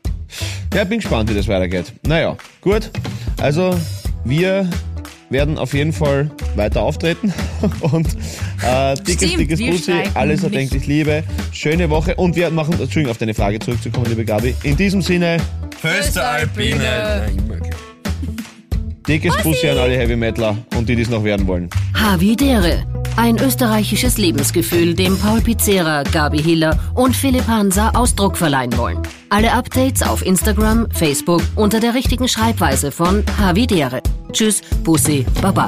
Ja, bin gespannt, wie das weitergeht. Naja, gut. Also, wir werden auf jeden Fall weiter auftreten. Und äh, dickes, Stimmt, dickes wir Bussi, streiken alles nicht. erdenklich Liebe. Schöne Woche. Und wir machen, Entschuldigung, auf deine Frage zurückzukommen, liebe Gabi. In diesem Sinne, Föstalpine. dickes Bussi an alle Heavy Metaler und die, die es noch werden wollen. Havidere. Ein österreichisches Lebensgefühl, dem Paul Pizzera, Gabi Hiller und Philipp Hansa Ausdruck verleihen wollen. Alle Updates auf Instagram, Facebook unter der richtigen Schreibweise von Havidere. Tschüss, Bussi, Baba.